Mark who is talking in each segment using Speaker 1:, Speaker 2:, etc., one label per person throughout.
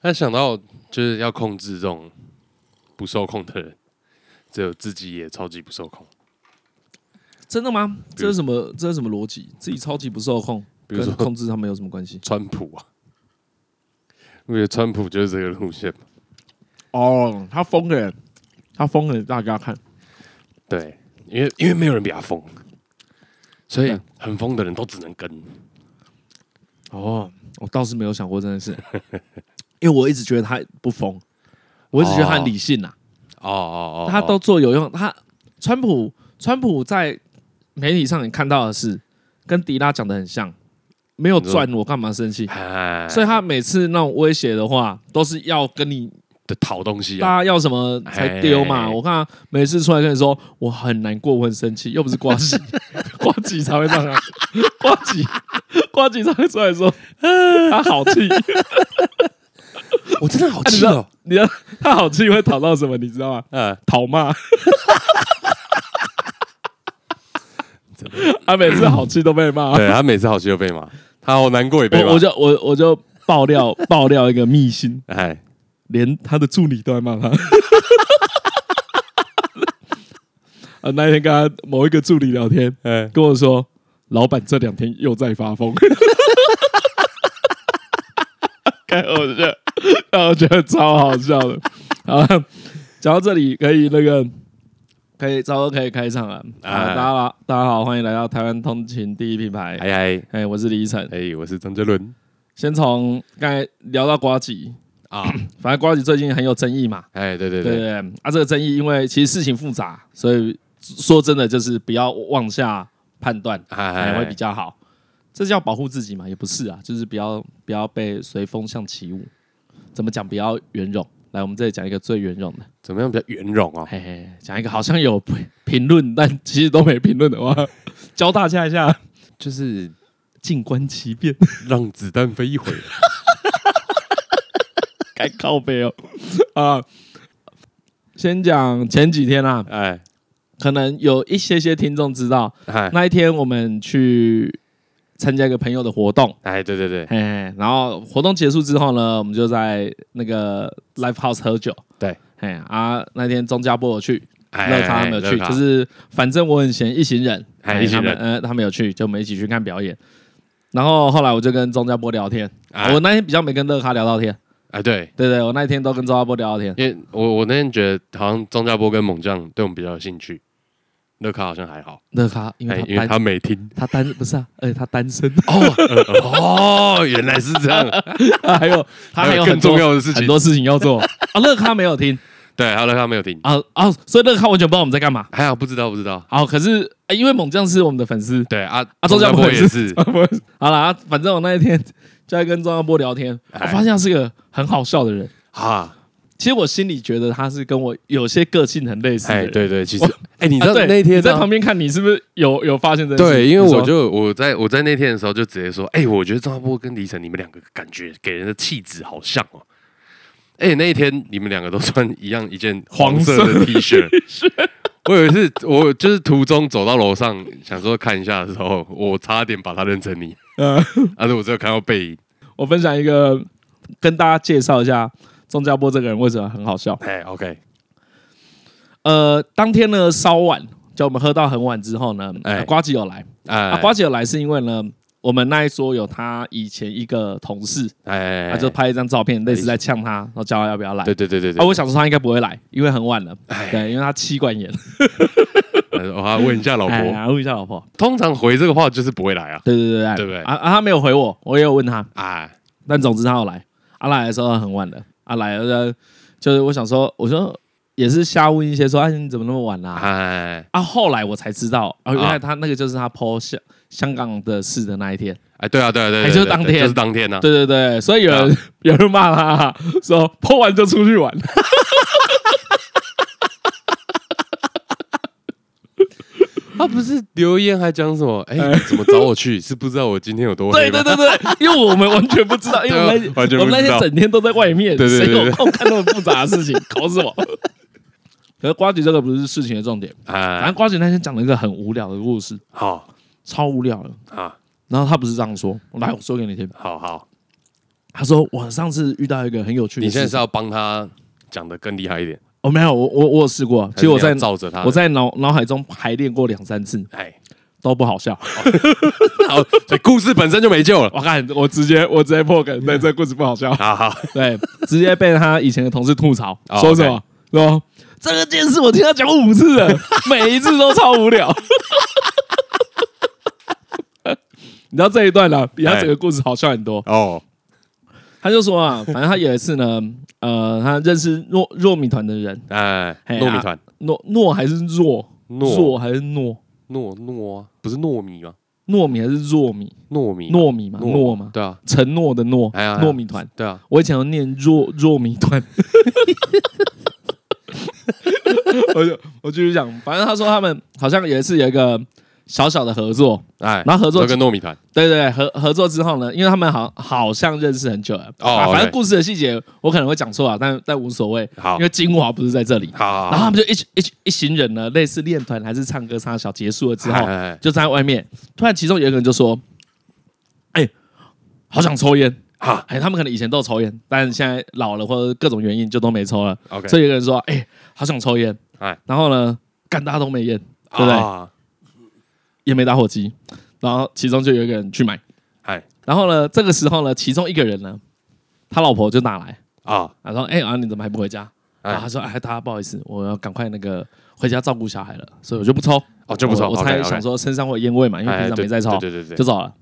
Speaker 1: 但想到就是要控制这种不受控的人，只有自己也超级不受控。
Speaker 2: 真的吗？
Speaker 1: 比
Speaker 2: 这
Speaker 1: 如
Speaker 2: 是什么？这是什么逻辑？自己超级不受控，
Speaker 1: 比如
Speaker 2: 跟
Speaker 1: 说
Speaker 2: 控制他们有什么关系？
Speaker 1: 川普啊，我觉得川普就是这个路线嘛。
Speaker 3: 哦，他疯给他疯给大家看，
Speaker 1: 对，因为因为没有人比他疯，所以
Speaker 2: 对
Speaker 1: 很疯的人都只能跟。
Speaker 2: 哦，我倒是没有想过这件事， 因为我一直觉得他不疯，我一直觉得他很理性呐、
Speaker 1: 哦哦
Speaker 2: 他都做有用。他川普，川普在媒体上你看到的是跟迪拉讲的很像，没有
Speaker 1: 你说
Speaker 2: 赚我干嘛生气？
Speaker 1: 哎，
Speaker 2: 所以他每次那种威胁的话，都是要跟你
Speaker 1: 的讨东西啊，
Speaker 2: 大家要什么才丢嘛。
Speaker 1: 嘿
Speaker 2: 我看他每次出来跟你说我很难过，我很生气，又不是瓜 吉，瓜吉才会这样啊， 瓜吉瓜吉才会出来说他好 气，
Speaker 1: 我真的好哦
Speaker 2: 啊你知道！你知道他好气会讨到什么？你知道吗？
Speaker 1: 嗯，
Speaker 2: 讨骂。他每次好气都被骂，
Speaker 1: 对他每次好气就被骂，他好难过也被骂
Speaker 2: 我我。就我我就爆料爆料一个秘辛，
Speaker 1: 哎，
Speaker 2: 连他的助理都在骂他。 啊，那一天跟他某一个助理聊天，
Speaker 1: 哎，
Speaker 2: 跟我说，老板这两天又在发疯。 看，我觉得，我觉得超好笑的。啊，讲到这里可以那个，可以，差不多可以开场了。啊，
Speaker 1: 哎
Speaker 2: 大家好，大家好，欢迎来到台湾通勤第一品牌。
Speaker 1: 哎哎
Speaker 2: 哎，我是李依晨。
Speaker 1: 哎，我是张哲伦
Speaker 2: 先从刚才聊到瓜吉，
Speaker 1: 啊，
Speaker 2: 反正瓜吉最近很有争议嘛。
Speaker 1: 哎，对对
Speaker 2: 对
Speaker 1: 对，
Speaker 2: 对对啊，这个争议因为其实事情复杂，所以说真的就是不要妄下判断，
Speaker 1: 哎
Speaker 2: 哎，会比较好。这叫保护自己嘛？也不是啊，就是不要不要被随风向起舞。怎么讲？比较圆融。来，我们这里讲一个最圆融的，
Speaker 1: 怎么样比较圆融哦？
Speaker 2: 嘿嘿，讲一个好像有评评论，但其实都没评论的话，教大家一下，
Speaker 1: 就是
Speaker 2: 静观其变，
Speaker 1: 让子弹飞一回。
Speaker 2: 该靠背哦。啊，先讲前几天啊，
Speaker 1: 哎
Speaker 2: 可能有一些些听众知道，
Speaker 1: 哎
Speaker 2: 那一天我们去参加一个朋友的活动，
Speaker 1: 哎，对对对
Speaker 2: 嘿，嘿，然后活动结束之后呢，我们就在那个 live house 喝酒。
Speaker 1: 对，
Speaker 2: 嘿啊，那天钟家波有去，
Speaker 1: 哎
Speaker 2: 乐他没有去，就是反正我很闲，一行人，
Speaker 1: 哎
Speaker 2: 嘿
Speaker 1: 一行人
Speaker 2: 他们呃，他们有去，就我们一起去看表演。然后后来我就跟钟家波聊天，
Speaker 1: 哎
Speaker 2: 我那天比较没跟乐咖聊到天，
Speaker 1: 哎对，
Speaker 2: 对对，我那一天都跟钟家波聊到天，
Speaker 1: 因为我我那天觉得好像钟家波跟猛将对我们比较有兴趣，乐咖好像还好，
Speaker 2: 乐咖因
Speaker 1: 哎
Speaker 2: 为，
Speaker 1: 因为
Speaker 2: 他单
Speaker 1: 他没听。
Speaker 2: 他单不是啊，而且他单身，
Speaker 1: 哦，原来是这样，
Speaker 2: 还有他还有
Speaker 1: 更
Speaker 2: 很多
Speaker 1: 重要的事情
Speaker 2: 很，多事情要做啊。乐咖没有听
Speaker 1: 对，还有乐咖没有听，
Speaker 2: 啊啊，所以乐咖完全不知道我们在干嘛。
Speaker 1: 还好不知道不知道，
Speaker 2: 好，可是、欸因为猛将是我们的 粉丝，
Speaker 1: 对啊
Speaker 2: 啊钟家
Speaker 1: 波
Speaker 2: 波
Speaker 1: 也
Speaker 2: 也
Speaker 1: 是，
Speaker 2: 好啦，啊反正我那一天就在跟庄耀波聊天，我
Speaker 1: 哎
Speaker 2: 发现他是个很好笑的人。
Speaker 1: 啊，
Speaker 2: 其实我心里觉得他是跟我有些个性很类似的
Speaker 1: 哎
Speaker 2: 人。
Speaker 1: 对对，其实
Speaker 2: 我
Speaker 1: 哎你
Speaker 2: 啊，
Speaker 1: 知道
Speaker 2: 对
Speaker 1: 那天
Speaker 2: 你在
Speaker 1: 啊
Speaker 2: 旁边看，你是不是有有发现这件事？
Speaker 1: 对，因为
Speaker 2: 你说
Speaker 1: 我就我在我在那天的时候就直接说，哎、我觉得张阿波跟李晨你们两个感觉给人的气质好像哦。哎、那一天你们两个都穿一样一件黄色的 T 恤， 我有一次我就是途中走到楼上想说看一下的时候，我差点把他认成你，
Speaker 2: 呃，
Speaker 1: 但是我只有看到背影。
Speaker 2: 我分享一个，跟大家介绍一下庄家波这个人为什么很好笑。
Speaker 1: 哎、o k
Speaker 2: 呃，当天呢稍晚，就我们喝到很晚之后呢，
Speaker 1: 哎
Speaker 2: 啊瓜吉有来，
Speaker 1: 哎、
Speaker 2: 啊，瓜姐有来是因为呢，我们那一桌有他以前一个同事，
Speaker 1: 哎，
Speaker 2: 啊他就拍一张照片，类似在呛他，然后叫他要不要来。
Speaker 1: 对对对对对，
Speaker 2: 啊，我想说他应该不会来，因为很晚了，
Speaker 1: 哎
Speaker 2: 对，因为他妻管严。
Speaker 1: 呃我还问一下老
Speaker 2: 哎
Speaker 1: 婆，
Speaker 2: 然后问一下老婆，
Speaker 1: 通常回这个话就是不会来啊，
Speaker 2: 对对对对，
Speaker 1: 对不对
Speaker 2: 啊啊，他没有回我，我也有问他，
Speaker 1: 哎
Speaker 2: 但总之他有来。啊，来的时候很晚了，啊来了就是我想说，我说也是瞎问一些说，哎、你怎么那么晚啦、啊？
Speaker 1: 哎
Speaker 2: 后来我才知道，哦、原
Speaker 1: 啊
Speaker 2: 来他那个就是他 PO 香香港的事的那一天。
Speaker 1: 哎，对啊对啊对啊，
Speaker 2: 哎
Speaker 1: 对
Speaker 2: 就是
Speaker 1: 对
Speaker 2: 当
Speaker 1: 对
Speaker 2: 天
Speaker 1: 就是当天呢、啊，啊
Speaker 2: 对对对，所以有人、 有人骂他说泼完就出去玩，
Speaker 1: 他不是留言还讲什么？哎、怎么找我去？是不知道我今天有多黑
Speaker 2: 对对
Speaker 1: 吗？
Speaker 2: 对对，因为我们完全不知 道，因为我们那
Speaker 1: 啊完全不知道
Speaker 2: 我们那天整天都在外面，
Speaker 1: 对对对对
Speaker 2: 谁有空看那么复杂的事 情？搞什么？可是瓜吉这个不是事情的重点，反
Speaker 1: 啊
Speaker 2: 正，瓜吉那天讲了一个很无聊的故事，
Speaker 1: 好
Speaker 2: 超无聊的。
Speaker 1: 啊，
Speaker 2: 然后他不是这样说，来我说给你听。
Speaker 1: 好好，
Speaker 2: 他说我上次遇到一个很有趣的
Speaker 1: 你
Speaker 2: 事情，
Speaker 1: 现在是要帮他讲的更厉害一点，
Speaker 2: 哦没有我我我有试过，其实我
Speaker 1: 还是
Speaker 2: 在
Speaker 1: 你要照着他的，
Speaker 2: 我在脑脑海中排练过两三次，
Speaker 1: 哎，
Speaker 2: 都不好笑。
Speaker 1: 好，所以故事本身就没救了。
Speaker 2: 我看我直接我直接破梗，对这个故事不好笑，
Speaker 1: 好好，
Speaker 2: 对，直接被他以前的同事吐槽，
Speaker 1: 哦
Speaker 2: 说什么说这个件事我听他讲五 次了，每一次都超无聊。 你知道这一段呢、啊比他整个故事好笑很多。
Speaker 1: 哦，
Speaker 2: 他就说啊，反正他有一次呢，呃，他认识糯糯米团的人，
Speaker 1: 哎，
Speaker 2: 嘿
Speaker 1: 糯米团，
Speaker 2: 糯糯还是弱
Speaker 1: 糯
Speaker 2: 弱还是糯
Speaker 1: 糯糯啊，不是糯米吗？
Speaker 2: 糯米还是糯米
Speaker 1: 糯米，
Speaker 2: 糯米嘛糯嘛
Speaker 1: 对啊，
Speaker 2: 承诺的诺
Speaker 1: 哎呀
Speaker 2: 糯米团。
Speaker 1: 对啊，
Speaker 2: 我以前有念弱弱米团， 我就我继续讲，反正他说他们好像有一次有一个小小的合作，
Speaker 1: 哎，
Speaker 2: 然后合作
Speaker 1: 就跟糯米团，
Speaker 2: 对对对，合合作之后呢，因为他们好好像认识很久了，
Speaker 1: 哦
Speaker 2: 啊
Speaker 1: OK
Speaker 2: 反正故事的细节我可能会讲错啊，但但无所谓，
Speaker 1: 好
Speaker 2: 因为精华不是在这里。
Speaker 1: 好，
Speaker 2: 然后他们就一群一群一行人呢，类似练团还是唱歌唱小结束了之后
Speaker 1: 哎，哎哎
Speaker 2: 就站在外面，突然其中有一个人就说：“哎、好想抽烟。”
Speaker 1: 哈
Speaker 2: 哎，他们可能以前都有抽烟，但现在老了或者各种原因就都没抽了。
Speaker 1: ，OK，
Speaker 2: 所
Speaker 1: 以
Speaker 2: 以有个人说：“哎、好想抽烟。”
Speaker 1: 哎
Speaker 2: 然后呢，干大家都没烟，对不对？
Speaker 1: 啊
Speaker 2: 也没打火机。然后其中就有一个人去买。
Speaker 1: 哎
Speaker 2: 然后呢，这个时候呢，其中一个人呢，他老婆就打来，
Speaker 1: 啊，
Speaker 2: 然后说：“哎、啊，你怎么还不回家？”
Speaker 1: 哎
Speaker 2: 然后他说：“哎，大家不好意思，我要赶快那个回家照顾小孩了，所以我就不抽。
Speaker 1: 哦，就不错，
Speaker 2: 我我
Speaker 1: OK，OK
Speaker 2: 猜想说身上会有烟味嘛，因为平
Speaker 1: 哎
Speaker 2: 常
Speaker 1: 对
Speaker 2: 没在抽。
Speaker 1: 对对对
Speaker 2: 就
Speaker 1: 对，
Speaker 2: 走了。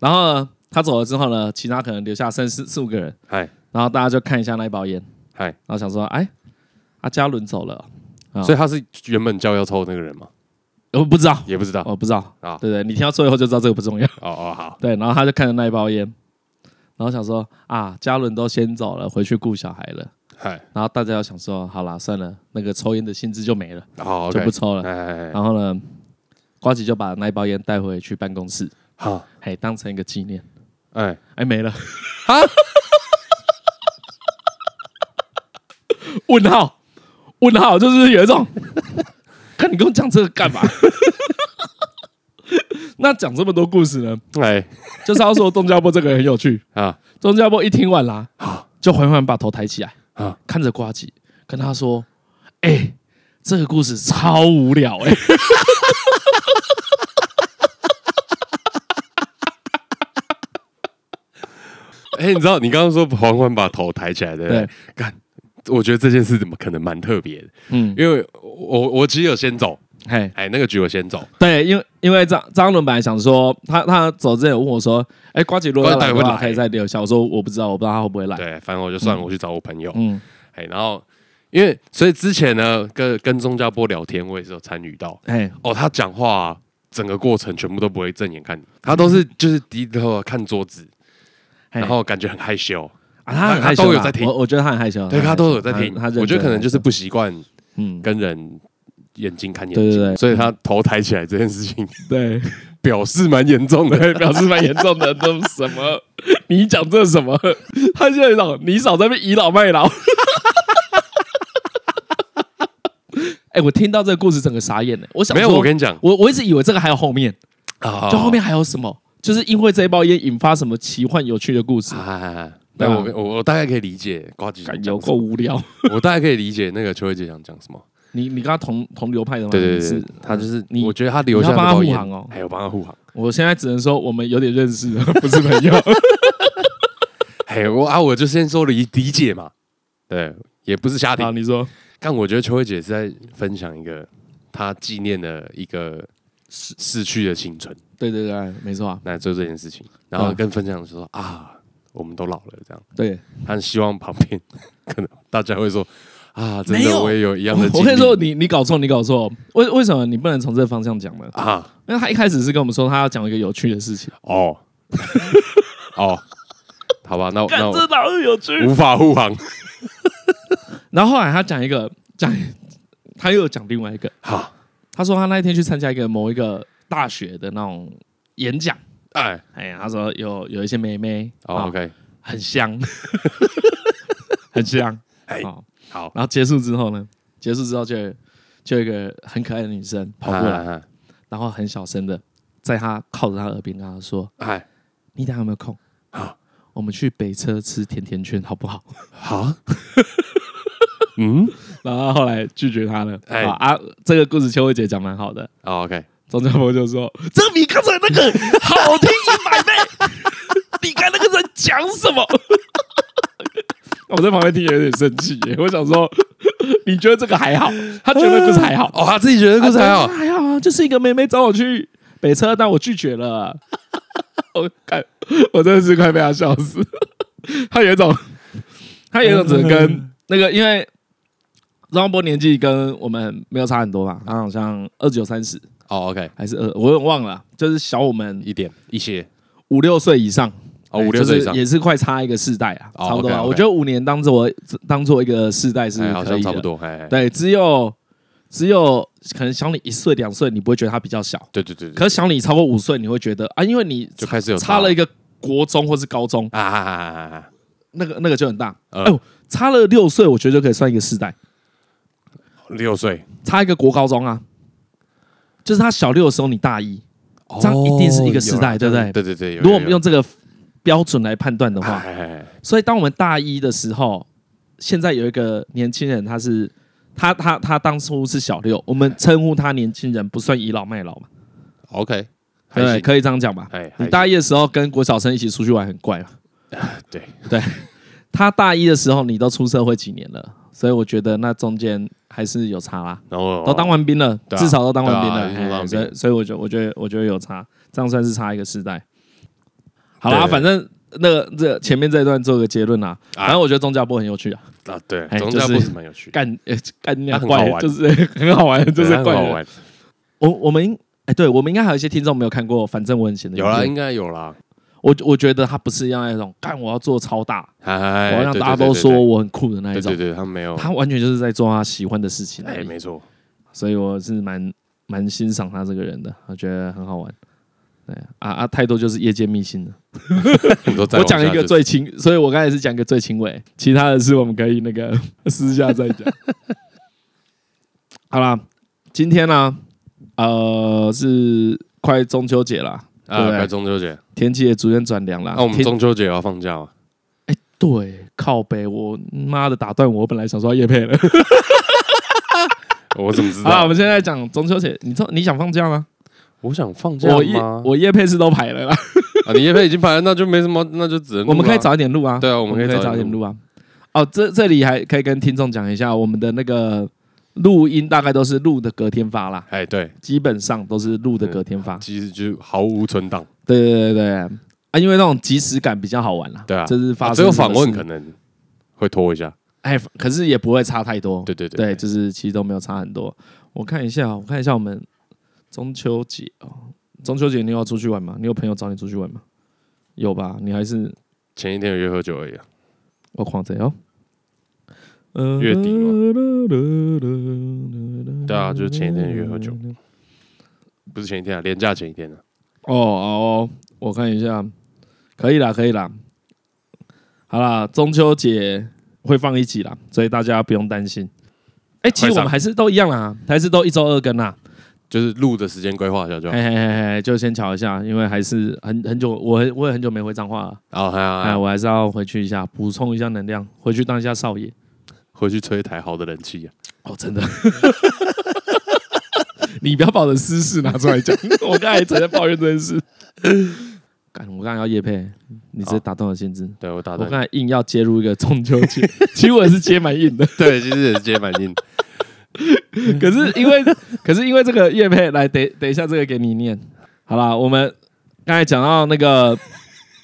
Speaker 2: 然后呢他走了之后呢，其他可能留下三四四五个人，
Speaker 1: 哎
Speaker 2: 然后大家就看一下那一包烟，
Speaker 1: 哎，
Speaker 2: 然后想说，哎，阿嘉伦走了，嗯
Speaker 1: 所以他是原本叫要抽的那个人嘛，
Speaker 2: 我哦不知道，
Speaker 1: 也不知道，
Speaker 2: 我不知道
Speaker 1: 啊
Speaker 2: 对对，你听到最后就知道这个不重 要。
Speaker 1: 哦哦好，
Speaker 2: 对，然后他就看着那一包烟，然后想说，啊，嘉伦都先走了，回去顾小孩了。
Speaker 1: 嗨，
Speaker 2: 然后大家又想说，好啦，算了，那个抽烟的兴致就没了，
Speaker 1: 好
Speaker 2: 哦就
Speaker 1: OK，
Speaker 2: 不抽了。
Speaker 1: 哎哎，哎
Speaker 2: 然后呢，瓜吉就把那一包烟带回去办公室，
Speaker 1: 好，
Speaker 2: 嘿，当成一个纪念。
Speaker 1: 哎，
Speaker 2: 哎，没了啊？问号？问号？就是有一 种，看你跟我讲这个干嘛？ 那讲这么多故事呢，
Speaker 1: 哎
Speaker 2: 就是要说钟家波这个人很有趣。
Speaker 1: 啊，
Speaker 2: 钟家波一听完啦，就缓缓把头抬起来
Speaker 1: 啊，
Speaker 2: 看着瓜吉，跟他说：“哎、这个故事超无聊哎、
Speaker 1: 哎，你知道你刚刚说缓缓把头抬起来的，对不对干，我觉得这件事怎么可能蛮特别的，
Speaker 2: 嗯，
Speaker 1: 因为我我其实有先走，
Speaker 2: 嘿，
Speaker 1: 哎，那个局我先走，
Speaker 2: 对，因为因为张张伦本来想说，他他走之前有问我说，哎、瓜姐如果要来的
Speaker 1: 瓜姐会
Speaker 2: 话，
Speaker 1: 来
Speaker 2: 可以再留下。我说我不知道，我不知道他会不会来。
Speaker 1: 对，反正我就算了，我去找我朋友，
Speaker 2: 哎嗯，
Speaker 1: 哎，然后因为所以之前呢，跟跟钟家波聊天，我也是有参与到。
Speaker 2: 哎，
Speaker 1: 哦，他讲话啊、整个过程全部都不会正眼看你，他都是就是低头啊看桌子，
Speaker 2: 嘿
Speaker 1: 然后感觉很害羞，
Speaker 2: 啊，他很
Speaker 1: 他
Speaker 2: 害羞
Speaker 1: 都有
Speaker 2: 啦
Speaker 1: 在听
Speaker 2: 我我觉得哦他很害羞，
Speaker 1: 对
Speaker 2: 很害
Speaker 1: 他
Speaker 2: 羞
Speaker 1: 都有在听
Speaker 2: 他他认。真
Speaker 1: 我觉得可能就是
Speaker 2: 很害
Speaker 1: 不习惯
Speaker 2: 羞嗯，
Speaker 1: 跟人眼睛看眼
Speaker 2: 对
Speaker 1: 睛，
Speaker 2: 对对
Speaker 1: 所以他头抬起来这件事情
Speaker 2: 对，
Speaker 1: 表示蛮严重的。
Speaker 2: 表示蛮严重的。 都什么？ 你讲这什么？ 他现在有种你少在那边倚老卖老。 哎、我听到这个故事，整个傻眼了。我想
Speaker 1: 没有，
Speaker 2: 说
Speaker 1: 我跟你讲，
Speaker 2: 我我一直以为这个还有后面。
Speaker 1: 啊
Speaker 2: 就后面还有什么？就是因为这一包烟引发什么奇幻有趣的故事
Speaker 1: 啊，，啊啊啊
Speaker 2: 对
Speaker 1: 但
Speaker 2: 啊
Speaker 1: 我我我大概可以理解瓜吉想
Speaker 2: 感觉有
Speaker 1: 讲什
Speaker 2: 够
Speaker 1: 么，
Speaker 2: 无聊。
Speaker 1: 我大概可以理解那个秋叶姐想讲什么。
Speaker 2: 你你跟他同同流派的吗？
Speaker 1: 对对
Speaker 2: 你
Speaker 1: 对
Speaker 2: 是
Speaker 1: 对，他就是
Speaker 2: 你
Speaker 1: 我觉得他留下
Speaker 2: 你要帮
Speaker 1: 那
Speaker 2: 他
Speaker 1: 包
Speaker 2: 护
Speaker 1: 烟
Speaker 2: 航哦
Speaker 1: 还有帮他护航。
Speaker 2: 我现在只能说我们有点认识， 不是朋友。
Speaker 1: 嘿，我啊，我就先说理理解嘛，对，也不是瞎
Speaker 2: 好，
Speaker 1: 听。
Speaker 2: 你说
Speaker 1: 但我觉得秋慧姐是在分享一个她纪念的一个逝逝去的青春，
Speaker 2: 对对对，没错啊，
Speaker 1: 那做这件事情，然后
Speaker 2: 啊
Speaker 1: 跟分享说啊，我们都老了这样。
Speaker 2: 对。
Speaker 1: 她希望旁边可能大家会说啊，真
Speaker 2: 没
Speaker 1: 的
Speaker 2: 有
Speaker 1: 我也有一样的经历。
Speaker 2: 我跟你说，你你搞错，你搞错。为为什么你不能从这个方向讲呢？
Speaker 1: 啊，
Speaker 2: 因为他一开始是跟我们说他要讲一个有趣的事情，
Speaker 1: 哦哦，好吧，那我那我
Speaker 2: 哪有有趣
Speaker 1: 无法护航。
Speaker 2: 然后后来他讲一个讲，他又有讲另外一个，
Speaker 1: 好，
Speaker 2: 他说他那一天去参加一个某一个大学的那种演讲。
Speaker 1: 哎、
Speaker 2: 哎呀，他说有有一些妹妹
Speaker 1: 哦
Speaker 2: 啊
Speaker 1: o k
Speaker 2: 很香， 很香。
Speaker 1: 哎
Speaker 2: 好，
Speaker 1: 好，
Speaker 2: 然后结束之后呢？结束之后就有就有一个很可爱的女生跑过来，
Speaker 1: 来，
Speaker 2: 然后很小声的在他靠着他耳边跟他说
Speaker 1: 哎，：“
Speaker 2: 你等下有没有空？
Speaker 1: 啊
Speaker 2: 我们去北车吃甜甜圈好不好？
Speaker 1: 好，嗯
Speaker 2: 然后他后来拒绝他了。
Speaker 1: 哎
Speaker 2: 好啊，这个故事秋慧姐讲蛮好的。
Speaker 1: 哦，OK，
Speaker 2: 张家波就说：“这比刚才那 个好听一百倍， 你看那个人讲什么？” 我在旁边听也有点生气耶，我想说，你觉得这个还好？他觉得故事 还好，
Speaker 1: 哦，他自己觉得故事还好
Speaker 2: 啊，还好啊，就是一个妹妹找我去北车，但我拒绝了。 我看，我真的是快被他笑死。他有一种，他有一种只能跟 那个，因为张波年纪跟我们没有差很多嘛，他好像二九三十
Speaker 1: 哦，OK，
Speaker 2: 还是二，我有点忘了，就是小我们
Speaker 1: 一点一些，
Speaker 2: 五六岁以上。
Speaker 1: 哦，
Speaker 2: 哎
Speaker 1: 五六岁以
Speaker 2: 就
Speaker 1: 上
Speaker 2: 是，也是快差一个世代啊，
Speaker 1: 哦
Speaker 2: 差不多啊。
Speaker 1: OK，OK
Speaker 2: 我觉得五年当做我当做一个世代是可以
Speaker 1: 哎
Speaker 2: 的啊
Speaker 1: 好像差不多，哎，哎
Speaker 2: 对，只有只有可能小你一岁两岁，你不会觉得他比较小，
Speaker 1: 对对对对，
Speaker 2: 可是小你超过五岁，你会觉得啊，因为你
Speaker 1: 就开始有
Speaker 2: 差了一个国中或是高中，
Speaker 1: 啊啊啊啊啊啊，
Speaker 2: 那个那个就很大。
Speaker 1: 嗯
Speaker 2: 哎呦，差了六岁，我觉得就可以算一个世代，
Speaker 1: 六岁，
Speaker 2: 差一个国高中啊，就是他小六的时候你大一，这样一定是一个世代
Speaker 1: 哦
Speaker 2: 对不对
Speaker 1: 有啦对对对，有
Speaker 2: 如果我们
Speaker 1: 有
Speaker 2: 用这个标准来判断的
Speaker 1: 有哎
Speaker 2: 话，
Speaker 1: 哎哎
Speaker 2: 所以当我们大一的时候，现在有一个年轻人，他是他他他当初是小六，我们称呼他年轻人，不算倚老卖老嘛，
Speaker 1: ，OK，还
Speaker 2: 对，
Speaker 1: 行，
Speaker 2: 可以这样讲吧？
Speaker 1: 哎，
Speaker 2: 你
Speaker 1: 还
Speaker 2: 大一的时候跟国小生一起出去玩很怪嘛？
Speaker 1: 行 对，
Speaker 2: 他大一的时候你都出社会几年了，所以我觉得那中间还是有差啦，
Speaker 1: 然后
Speaker 2: 都当完兵了，
Speaker 1: 对啊
Speaker 2: 至少都当完兵
Speaker 1: 对啊已经都
Speaker 2: 了，
Speaker 1: 当
Speaker 2: 哎
Speaker 1: 完
Speaker 2: 所
Speaker 1: 兵
Speaker 2: 以所以我觉得我觉得我觉得有差，这样算是差一个世代。好啦，
Speaker 1: 对
Speaker 2: 反正那个这前面这一段做个结论啦，
Speaker 1: 啊
Speaker 2: 反正我觉得中家波很有趣啊。
Speaker 1: 啊，对，
Speaker 2: 哎
Speaker 1: 宗教
Speaker 2: 就是
Speaker 1: 部是蛮有趣的，
Speaker 2: 干 呃干那
Speaker 1: 它很好
Speaker 2: 怪，
Speaker 1: 玩
Speaker 2: 就是 很好玩，就
Speaker 1: 对
Speaker 2: 是
Speaker 1: 它很
Speaker 2: 怪
Speaker 1: 好
Speaker 2: 人。
Speaker 1: 玩，
Speaker 2: 我我们应哎，对我们应该还有一些听众没有看过，反正我很闲的。
Speaker 1: 有啦，，应该有啦，
Speaker 2: 我我觉得他不是要那种干我要做超大，我
Speaker 1: 哎，
Speaker 2: 要让
Speaker 1: 对
Speaker 2: 大家都说，我很酷的那一
Speaker 1: 对对对对
Speaker 2: 种。
Speaker 1: 对对，他没有，
Speaker 2: 他完全就是在做他喜欢的事情而
Speaker 1: 哎，
Speaker 2: 已，
Speaker 1: 没错，
Speaker 2: 所以我是蛮蛮欣赏他这个人的，我觉得很好玩。对啊啊，太多就是夜间秘辛了。
Speaker 1: 你说再
Speaker 2: 我
Speaker 1: 往
Speaker 2: 讲一
Speaker 1: 下
Speaker 2: 个
Speaker 1: 就
Speaker 2: 最轻，所以我刚才是讲一个最轻微，其他的是我们可以那个 私下再讲。好啦，今天呢、呃，是快中秋节啦，对
Speaker 1: 啊，
Speaker 2: 不对
Speaker 1: 快中秋节，
Speaker 2: 天气也逐渐转凉啦。
Speaker 1: 那我们
Speaker 2: 天
Speaker 1: 中秋节也要放假吗？
Speaker 2: 对靠北，我妈的打断我，我本来想说要夜配了。
Speaker 1: 我怎么知
Speaker 2: 好啦，我
Speaker 1: 道？
Speaker 2: 们现在讲中秋节，你知道你想放假吗？
Speaker 1: 我想放假
Speaker 2: 我夜
Speaker 1: 吗？
Speaker 2: 我夜配是都排了啦，
Speaker 1: 啊，你叶配已经排了，那就没什么，那就只能录
Speaker 2: 我们可以
Speaker 1: 啦
Speaker 2: 早一点录啊。
Speaker 1: 对啊，我们可以
Speaker 2: 可以
Speaker 1: 早
Speaker 2: 早一点录啊。哦，这这里还可以跟听众讲一下，我们的那个录音大概都是录的隔天发啦，
Speaker 1: 哎，对，
Speaker 2: 基本上都是录的隔天发。
Speaker 1: 其实就毫无存档，
Speaker 2: 对对对对对啊，因为那种即时感比较好玩啦。
Speaker 1: 对啊，
Speaker 2: 就是发
Speaker 1: 啊
Speaker 2: 生
Speaker 1: 只有访问
Speaker 2: 什么
Speaker 1: 可
Speaker 2: 事，
Speaker 1: 能会拖一下，
Speaker 2: 哎，可是也不会差太多。
Speaker 1: 对对
Speaker 2: 对就是其实都没有差很多。我看一下，我看一下我们中秋节哦，中秋节你有要出去玩吗？你有朋友找你出去玩吗？有吧？你还是
Speaker 1: 前一天有约喝酒而已啊，
Speaker 2: 我狂贼哦。呃
Speaker 1: 月底
Speaker 2: 嘛
Speaker 1: 对啊，就是前一天约喝酒，不是前一天啊，连假前一天啊，
Speaker 2: 哦哦，我看一下，可以啦，可以啦。好啦，中秋节会放一集啦，所以大家不用担心。哎、其实我
Speaker 1: 会
Speaker 2: 们
Speaker 1: 上
Speaker 2: 还是都一样啦，还是都一周二更啦。
Speaker 1: 就是录的时间规划一下就好
Speaker 2: 嘿。嘿嘿嘿，就先瞧一下，因为还是很很久，我很我也很久没回彰化了，
Speaker 1: 然后还
Speaker 2: 哎、
Speaker 1: 要
Speaker 2: 我还是要回去一下，补充一下能量，回去当一下少爷。
Speaker 1: 回去吹台好的人气啊，
Speaker 2: 哦，真的。 你不要把我的私事拿出来 讲，我刚才也正在抱怨这件事。干，我刚才要叶配，你直接打断我心智。
Speaker 1: 对我打
Speaker 2: 我
Speaker 1: 断
Speaker 2: 刚
Speaker 1: 你，
Speaker 2: 才硬要接入一个中秋节， 其实我也是接蛮硬的，
Speaker 1: 对，其实也是接蛮硬，
Speaker 2: 可是因为可是因为这个叶配，来等等一下这个给你念。好啦，我们刚才讲到那个，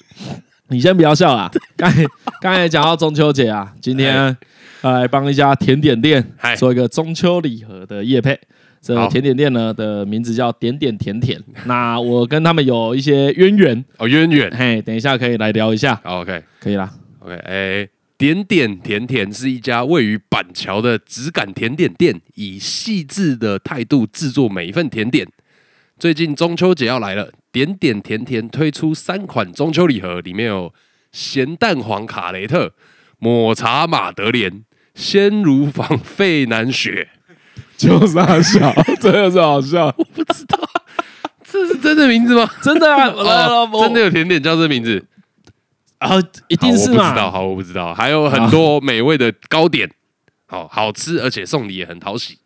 Speaker 2: 你先不要笑 啦。刚才刚才讲到中秋节啊，今天呃来帮一家甜点店
Speaker 1: 嗨
Speaker 2: 做一个中秋礼盒的叶配。这个
Speaker 1: 好
Speaker 2: 甜点店呢的名字叫点点甜甜，那我跟他们有一些渊 源，
Speaker 1: 哦，渊源
Speaker 2: 嘿，等一下可以来聊一下，
Speaker 1: 好，OK 哦
Speaker 2: 可以啦。
Speaker 1: OK，哎。点点甜甜是一家位于板桥的质感甜点店，以细致的态度制作每一份甜点。最近中秋节要来了，点点甜甜推出三款中秋礼盒，里面有咸蛋黄卡雷特、抹茶马德莲、鲜乳坊费南雪。
Speaker 2: 就是他笑， 真的是好笑，
Speaker 1: 这是真的名字吗？
Speaker 2: 真的啊！来来来
Speaker 1: 哦
Speaker 2: 我
Speaker 1: 真的有甜点叫这名字？
Speaker 2: 啊，一定
Speaker 1: 好我
Speaker 2: 是
Speaker 1: 不知道，
Speaker 2: 嘛？
Speaker 1: 好，我不知道，还有很多美味的糕点，好好吃，而且送礼也很讨喜。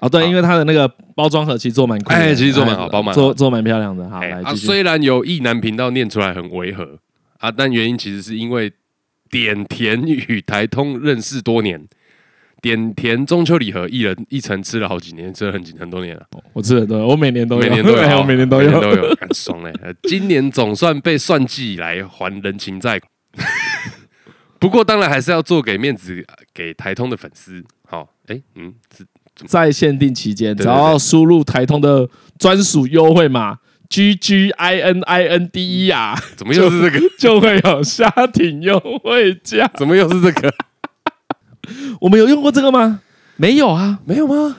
Speaker 2: 哦，对，因为它的那个包装盒其实做蛮酷的，
Speaker 1: 哎其实做蛮好包蛮好
Speaker 2: 做做蛮漂亮的。好，
Speaker 1: 哎
Speaker 2: 来
Speaker 1: 啊，
Speaker 2: 继续。
Speaker 1: 虽然有意男频道念出来很违和啊，但原因其实是因为点田与台通认识多年，点田中秋礼盒一人一层吃了好几年，吃了很几很多年了，
Speaker 2: 我吃的多，我每年都有，
Speaker 1: 每年都
Speaker 2: 哎
Speaker 1: 有，
Speaker 2: 我每年都有，
Speaker 1: 都有，很爽哎、呃今年总算被算计来还人情债， 不过当然还是要做给面子呃给台通的粉丝。好，哎、嗯，是
Speaker 2: 在限定期间，
Speaker 1: 对
Speaker 2: 只
Speaker 1: 对
Speaker 2: 要输入台通的专属优惠码 G G I N I N D E 啊，
Speaker 1: 怎么又是这个？
Speaker 2: 就会有虾艇优惠价。
Speaker 1: 怎么又是这个？
Speaker 2: 我们有用过这个吗？没有啊，
Speaker 1: 没有吗？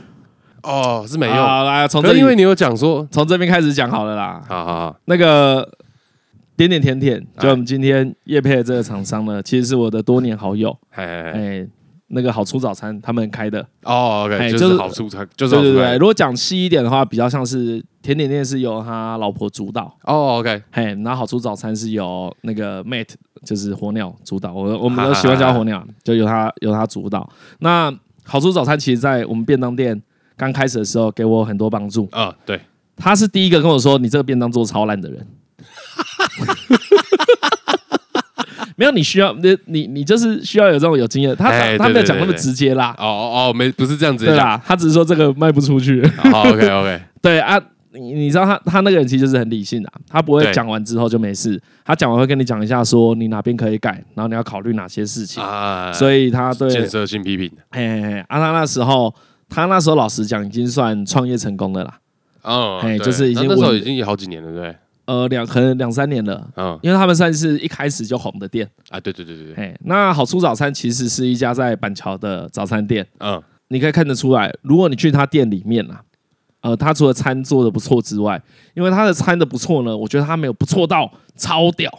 Speaker 1: 哦，是没有。
Speaker 2: 好来从
Speaker 1: 可
Speaker 2: 这
Speaker 1: 是因为
Speaker 2: 里
Speaker 1: 你有讲说，
Speaker 2: 从这边开始讲好了啦。
Speaker 1: 好好好，
Speaker 2: 那个点点甜甜，
Speaker 1: 哎
Speaker 2: 就我们今天叶配的这个厂商呢，其实是我的多年好友，
Speaker 1: 哎哎哎，
Speaker 2: 哎，那个好出早餐他们开的，
Speaker 1: 哦
Speaker 2: 哎
Speaker 1: ，OK，就
Speaker 2: 就是
Speaker 1: 是好处差，就是
Speaker 2: 对
Speaker 1: 好
Speaker 2: 对
Speaker 1: 处
Speaker 2: 对。
Speaker 1: 差。
Speaker 2: 如果讲细一点的话，比较像是甜点店是由他老婆主导，
Speaker 1: 哦，OK，
Speaker 2: 嘿，然后好出早餐是由那个 Mate，就是火鸟主导，我我们都喜欢叫他火鸟，就由他由他主导。那好出早餐其实，在我们便当店刚开始的时候，给我很多帮助。
Speaker 1: 啊，对，
Speaker 2: 他是第一个跟我说你这个便当做超烂的人。 没有，你需要你你你就是需要有这种有经验。他他
Speaker 1: 哎
Speaker 2: 他没
Speaker 1: 对对
Speaker 2: 有讲那么
Speaker 1: 对对
Speaker 2: 直接啦，
Speaker 1: 哦哦哦，没，不是这样子哦
Speaker 2: 对
Speaker 1: 讲。
Speaker 2: 啦，他只是说这个卖不出 去。
Speaker 1: 好，OK OK，
Speaker 2: 对啊，你你知道他他那个人其实就是很理性的、啊他不会
Speaker 1: 对
Speaker 2: 讲完之后就没事，他讲完会跟你讲一下说你哪边可以改，然后你要考虑哪些事情。
Speaker 1: 啊，
Speaker 2: 所以他对，
Speaker 1: 建设性批评
Speaker 2: 嘿嘿嘿，啊，他那时候他那时候老实讲已经算创业成功了啦，
Speaker 1: 哦，
Speaker 2: 哎
Speaker 1: 对
Speaker 2: 就是已经
Speaker 1: 那那时候
Speaker 2: 稳
Speaker 1: 已经有好几年了，对不对，
Speaker 2: 呃，两可能两三年了。
Speaker 1: 嗯
Speaker 2: 因为他们算是一开始就红的店，
Speaker 1: 啊，对对对对对，
Speaker 2: 哎，那好出早餐其实是一家在板桥的早餐店，
Speaker 1: 嗯，
Speaker 2: 你可以看得出来，如果你去他店里面啊，呃，他除了餐做的不错之外，因为他的餐的不错呢，我觉得他没有不错到超屌，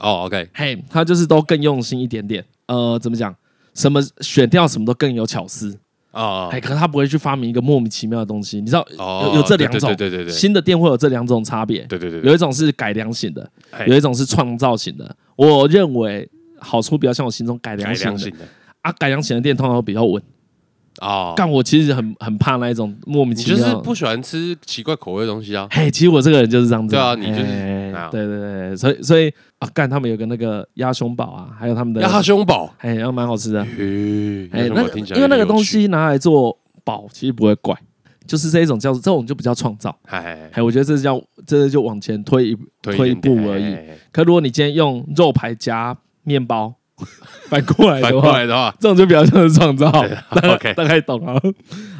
Speaker 1: 哦，OK，
Speaker 2: 嘿，他就是都更用心一点点。呃，怎么讲？什么选料什么都更有巧思，
Speaker 1: 哦
Speaker 2: 哎、可是他不会去发明一个莫名其妙的东西，你知道
Speaker 1: 哦，
Speaker 2: 有有这两种
Speaker 1: 对对对对对
Speaker 2: 新的店会有这两种差别，
Speaker 1: 对对对对，
Speaker 2: 有一种是改良型的，
Speaker 1: 哎
Speaker 2: 有一种是创造型的。我认为好处比较像我心中改
Speaker 1: 改
Speaker 2: 良型
Speaker 1: 良
Speaker 2: 的
Speaker 1: 性的
Speaker 2: 啊，改良型的店通常会比较稳。
Speaker 1: 哦，
Speaker 2: 干我其实很很怕那一种莫名
Speaker 1: 你
Speaker 2: 其
Speaker 1: 就
Speaker 2: 妙。
Speaker 1: 是不喜欢吃奇怪口味的东西 啊，
Speaker 2: 嘿，其实我这个人就是这样子。
Speaker 1: 对啊你就是
Speaker 2: 嘿
Speaker 1: 啊
Speaker 2: 对对对，所以所以啊，干他们有个那个鸭胸堡啊，还有他们的
Speaker 1: 鸭，胸堡，
Speaker 2: 哎，然后蛮好吃的。
Speaker 1: 咦，
Speaker 2: 哎，
Speaker 1: 那
Speaker 2: 那
Speaker 1: 我
Speaker 2: 个
Speaker 1: 听起来
Speaker 2: 因为那
Speaker 1: 有
Speaker 2: 个
Speaker 1: 点
Speaker 2: 东
Speaker 1: 有趣，
Speaker 2: 西拿来做堡，其实不会怪，就是这一种叫做这种就比较创造。
Speaker 1: 哎，
Speaker 2: 哎，我觉得这叫这就往前推一步。推一
Speaker 1: 一
Speaker 2: 步
Speaker 1: 点点
Speaker 2: 而已。
Speaker 1: 哎哎
Speaker 2: 可如果你今天用肉排夹面包， 反过来
Speaker 1: 哎反
Speaker 2: 的
Speaker 1: 过
Speaker 2: 话，
Speaker 1: 来的 话
Speaker 2: 这种就比较像是创造。
Speaker 1: ，OK
Speaker 2: 大概懂了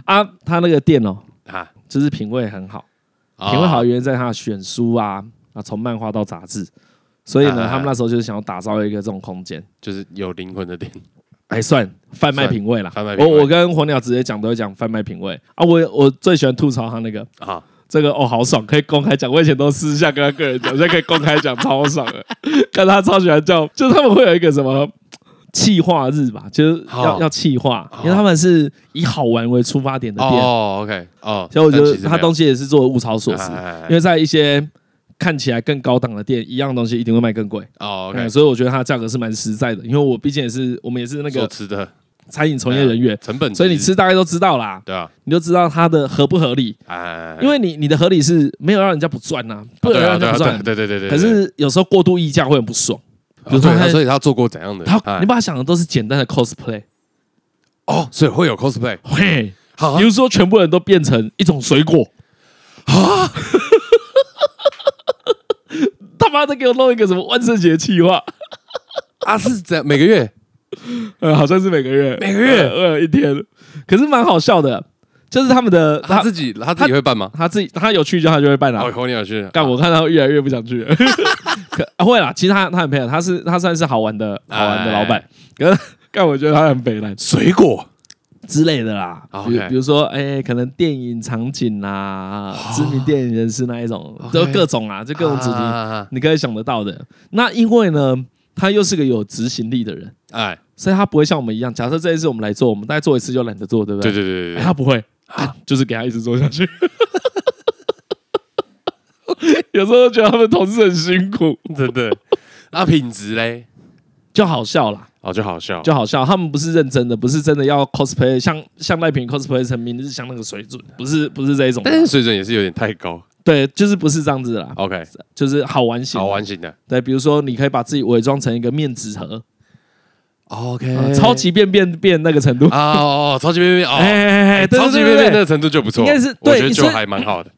Speaker 2: 啊。他那个店哦，
Speaker 1: 啊，
Speaker 2: 就是品味很好，
Speaker 1: 哦
Speaker 2: 品味好的原因在他的选书啊，啊，从漫画到杂志，所以呢，
Speaker 1: 啊
Speaker 2: 他们那时候就是想要打造一个这种空间，
Speaker 1: 就是有灵魂 的店，
Speaker 2: 还算贩卖品味啦。
Speaker 1: 贩卖品味
Speaker 2: 我我跟火鸟直接讲都会讲贩卖品味啊，我我最喜欢吐槽他那个
Speaker 1: 啊，
Speaker 2: 这个哦，好爽，可以公开讲。我以前都私下跟他个人讲，现在可以公开讲，超爽的。 看他超喜欢叫，就是他们会有一个什么气化日吧，就是要
Speaker 1: 好
Speaker 2: 要气化，因为他们是以好玩为出发点的店，
Speaker 1: 哦，OK，哦，
Speaker 2: 所以我觉
Speaker 1: 但
Speaker 2: 得
Speaker 1: 其实
Speaker 2: 他
Speaker 1: 没有
Speaker 2: 东西也是做的物超所值。
Speaker 1: 哎哎哎
Speaker 2: 因为在一些看起来更高档的店，一样东西一定会卖更贵。
Speaker 1: 哦
Speaker 2: 嗯
Speaker 1: ，OK，
Speaker 2: 所以我觉得它的价格是蛮实在的，因为我毕竟也是我们也是那
Speaker 1: 做
Speaker 2: 个
Speaker 1: 吃的啊
Speaker 2: 餐饮从业人员，
Speaker 1: 成本其实，
Speaker 2: 所以你吃大概都知道啦，
Speaker 1: 对啊，
Speaker 2: 你就知道它的合不合理。
Speaker 1: 哎，
Speaker 2: 因为你你的合理是没有让人家不赚呐、不能
Speaker 1: 对啊
Speaker 2: 让人
Speaker 1: 对
Speaker 2: 家
Speaker 1: 啊对
Speaker 2: 不赚
Speaker 1: 啊。对对对对，
Speaker 2: 可是有时候过度溢价会很不爽，比
Speaker 1: 比
Speaker 2: 如
Speaker 1: 如
Speaker 2: 说
Speaker 1: 说
Speaker 2: 他
Speaker 1: 他，所以他做过怎样的？
Speaker 2: 他
Speaker 1: 哎
Speaker 2: 你把它想的都是简单 的 cosplay，
Speaker 1: 哦，所以会有 cosplay，
Speaker 2: 嘿，
Speaker 1: 好啊
Speaker 2: 比如说全部人都变成一种水果啊， 他妈的给我弄一个什么万圣节计划。
Speaker 1: 啊，是怎样每个月
Speaker 2: 呃，好像是每个月，每个月呃呃一天，可是蛮好笑的，就是他们的
Speaker 1: 啊他
Speaker 2: 他
Speaker 1: 自己他自己会办吗？
Speaker 2: 他自己他有去就他就会办啦、
Speaker 1: 哦，红鸟去
Speaker 2: 干我看到越来越不想去了，可啊会啦，其实他他很配合，他是他算是好玩的好玩的老板，可是干我觉得他很北蓝
Speaker 1: 水果
Speaker 2: 之类的啦，
Speaker 1: OK
Speaker 2: 比如比如说哎、可能电影场景啦，知名电影人士那一种，都
Speaker 1: OK
Speaker 2: 各种啊，就各种主题，
Speaker 1: 啊
Speaker 2: 你可以想得到的。那因为呢，他又是个有执行力的人。
Speaker 1: 哎，
Speaker 2: 所以他不会像我们一样，假设这一次我们来做，我们大概做一次就懒得做，对不
Speaker 1: 对
Speaker 2: 对？
Speaker 1: 对对
Speaker 2: 哎
Speaker 1: 对
Speaker 2: 他
Speaker 1: 对，
Speaker 2: 不会，啊就是给他一直做下去。 有时候觉得他们同事很辛苦，
Speaker 1: 啊真的。那品质嘞？
Speaker 2: 就好笑啦，
Speaker 1: 哦，就好笑，
Speaker 2: 就好笑。他们不是认真的，不是真的要 cosplay，像像赖品 cosplay 成明日香那个水准，不是不是这一种啦。
Speaker 1: 但是水准也是有点太高。
Speaker 2: 对，就是不是这样子啦，
Speaker 1: OK，
Speaker 2: 就是好玩型。
Speaker 1: 好玩型的
Speaker 2: 对，比如说你可以把自己伪装成一个面纸盒，
Speaker 1: ，OK，
Speaker 2: 啊超级变变变那个程度。
Speaker 1: 啊哎哦，哦超级变变哦，
Speaker 2: 哎，对
Speaker 1: 超级
Speaker 2: 对
Speaker 1: 变
Speaker 2: 对
Speaker 1: 变那
Speaker 2: 对
Speaker 1: 个程度就不错，
Speaker 2: 应该是
Speaker 1: 我
Speaker 2: 对
Speaker 1: 觉得
Speaker 2: 你
Speaker 1: 就是还蛮好的。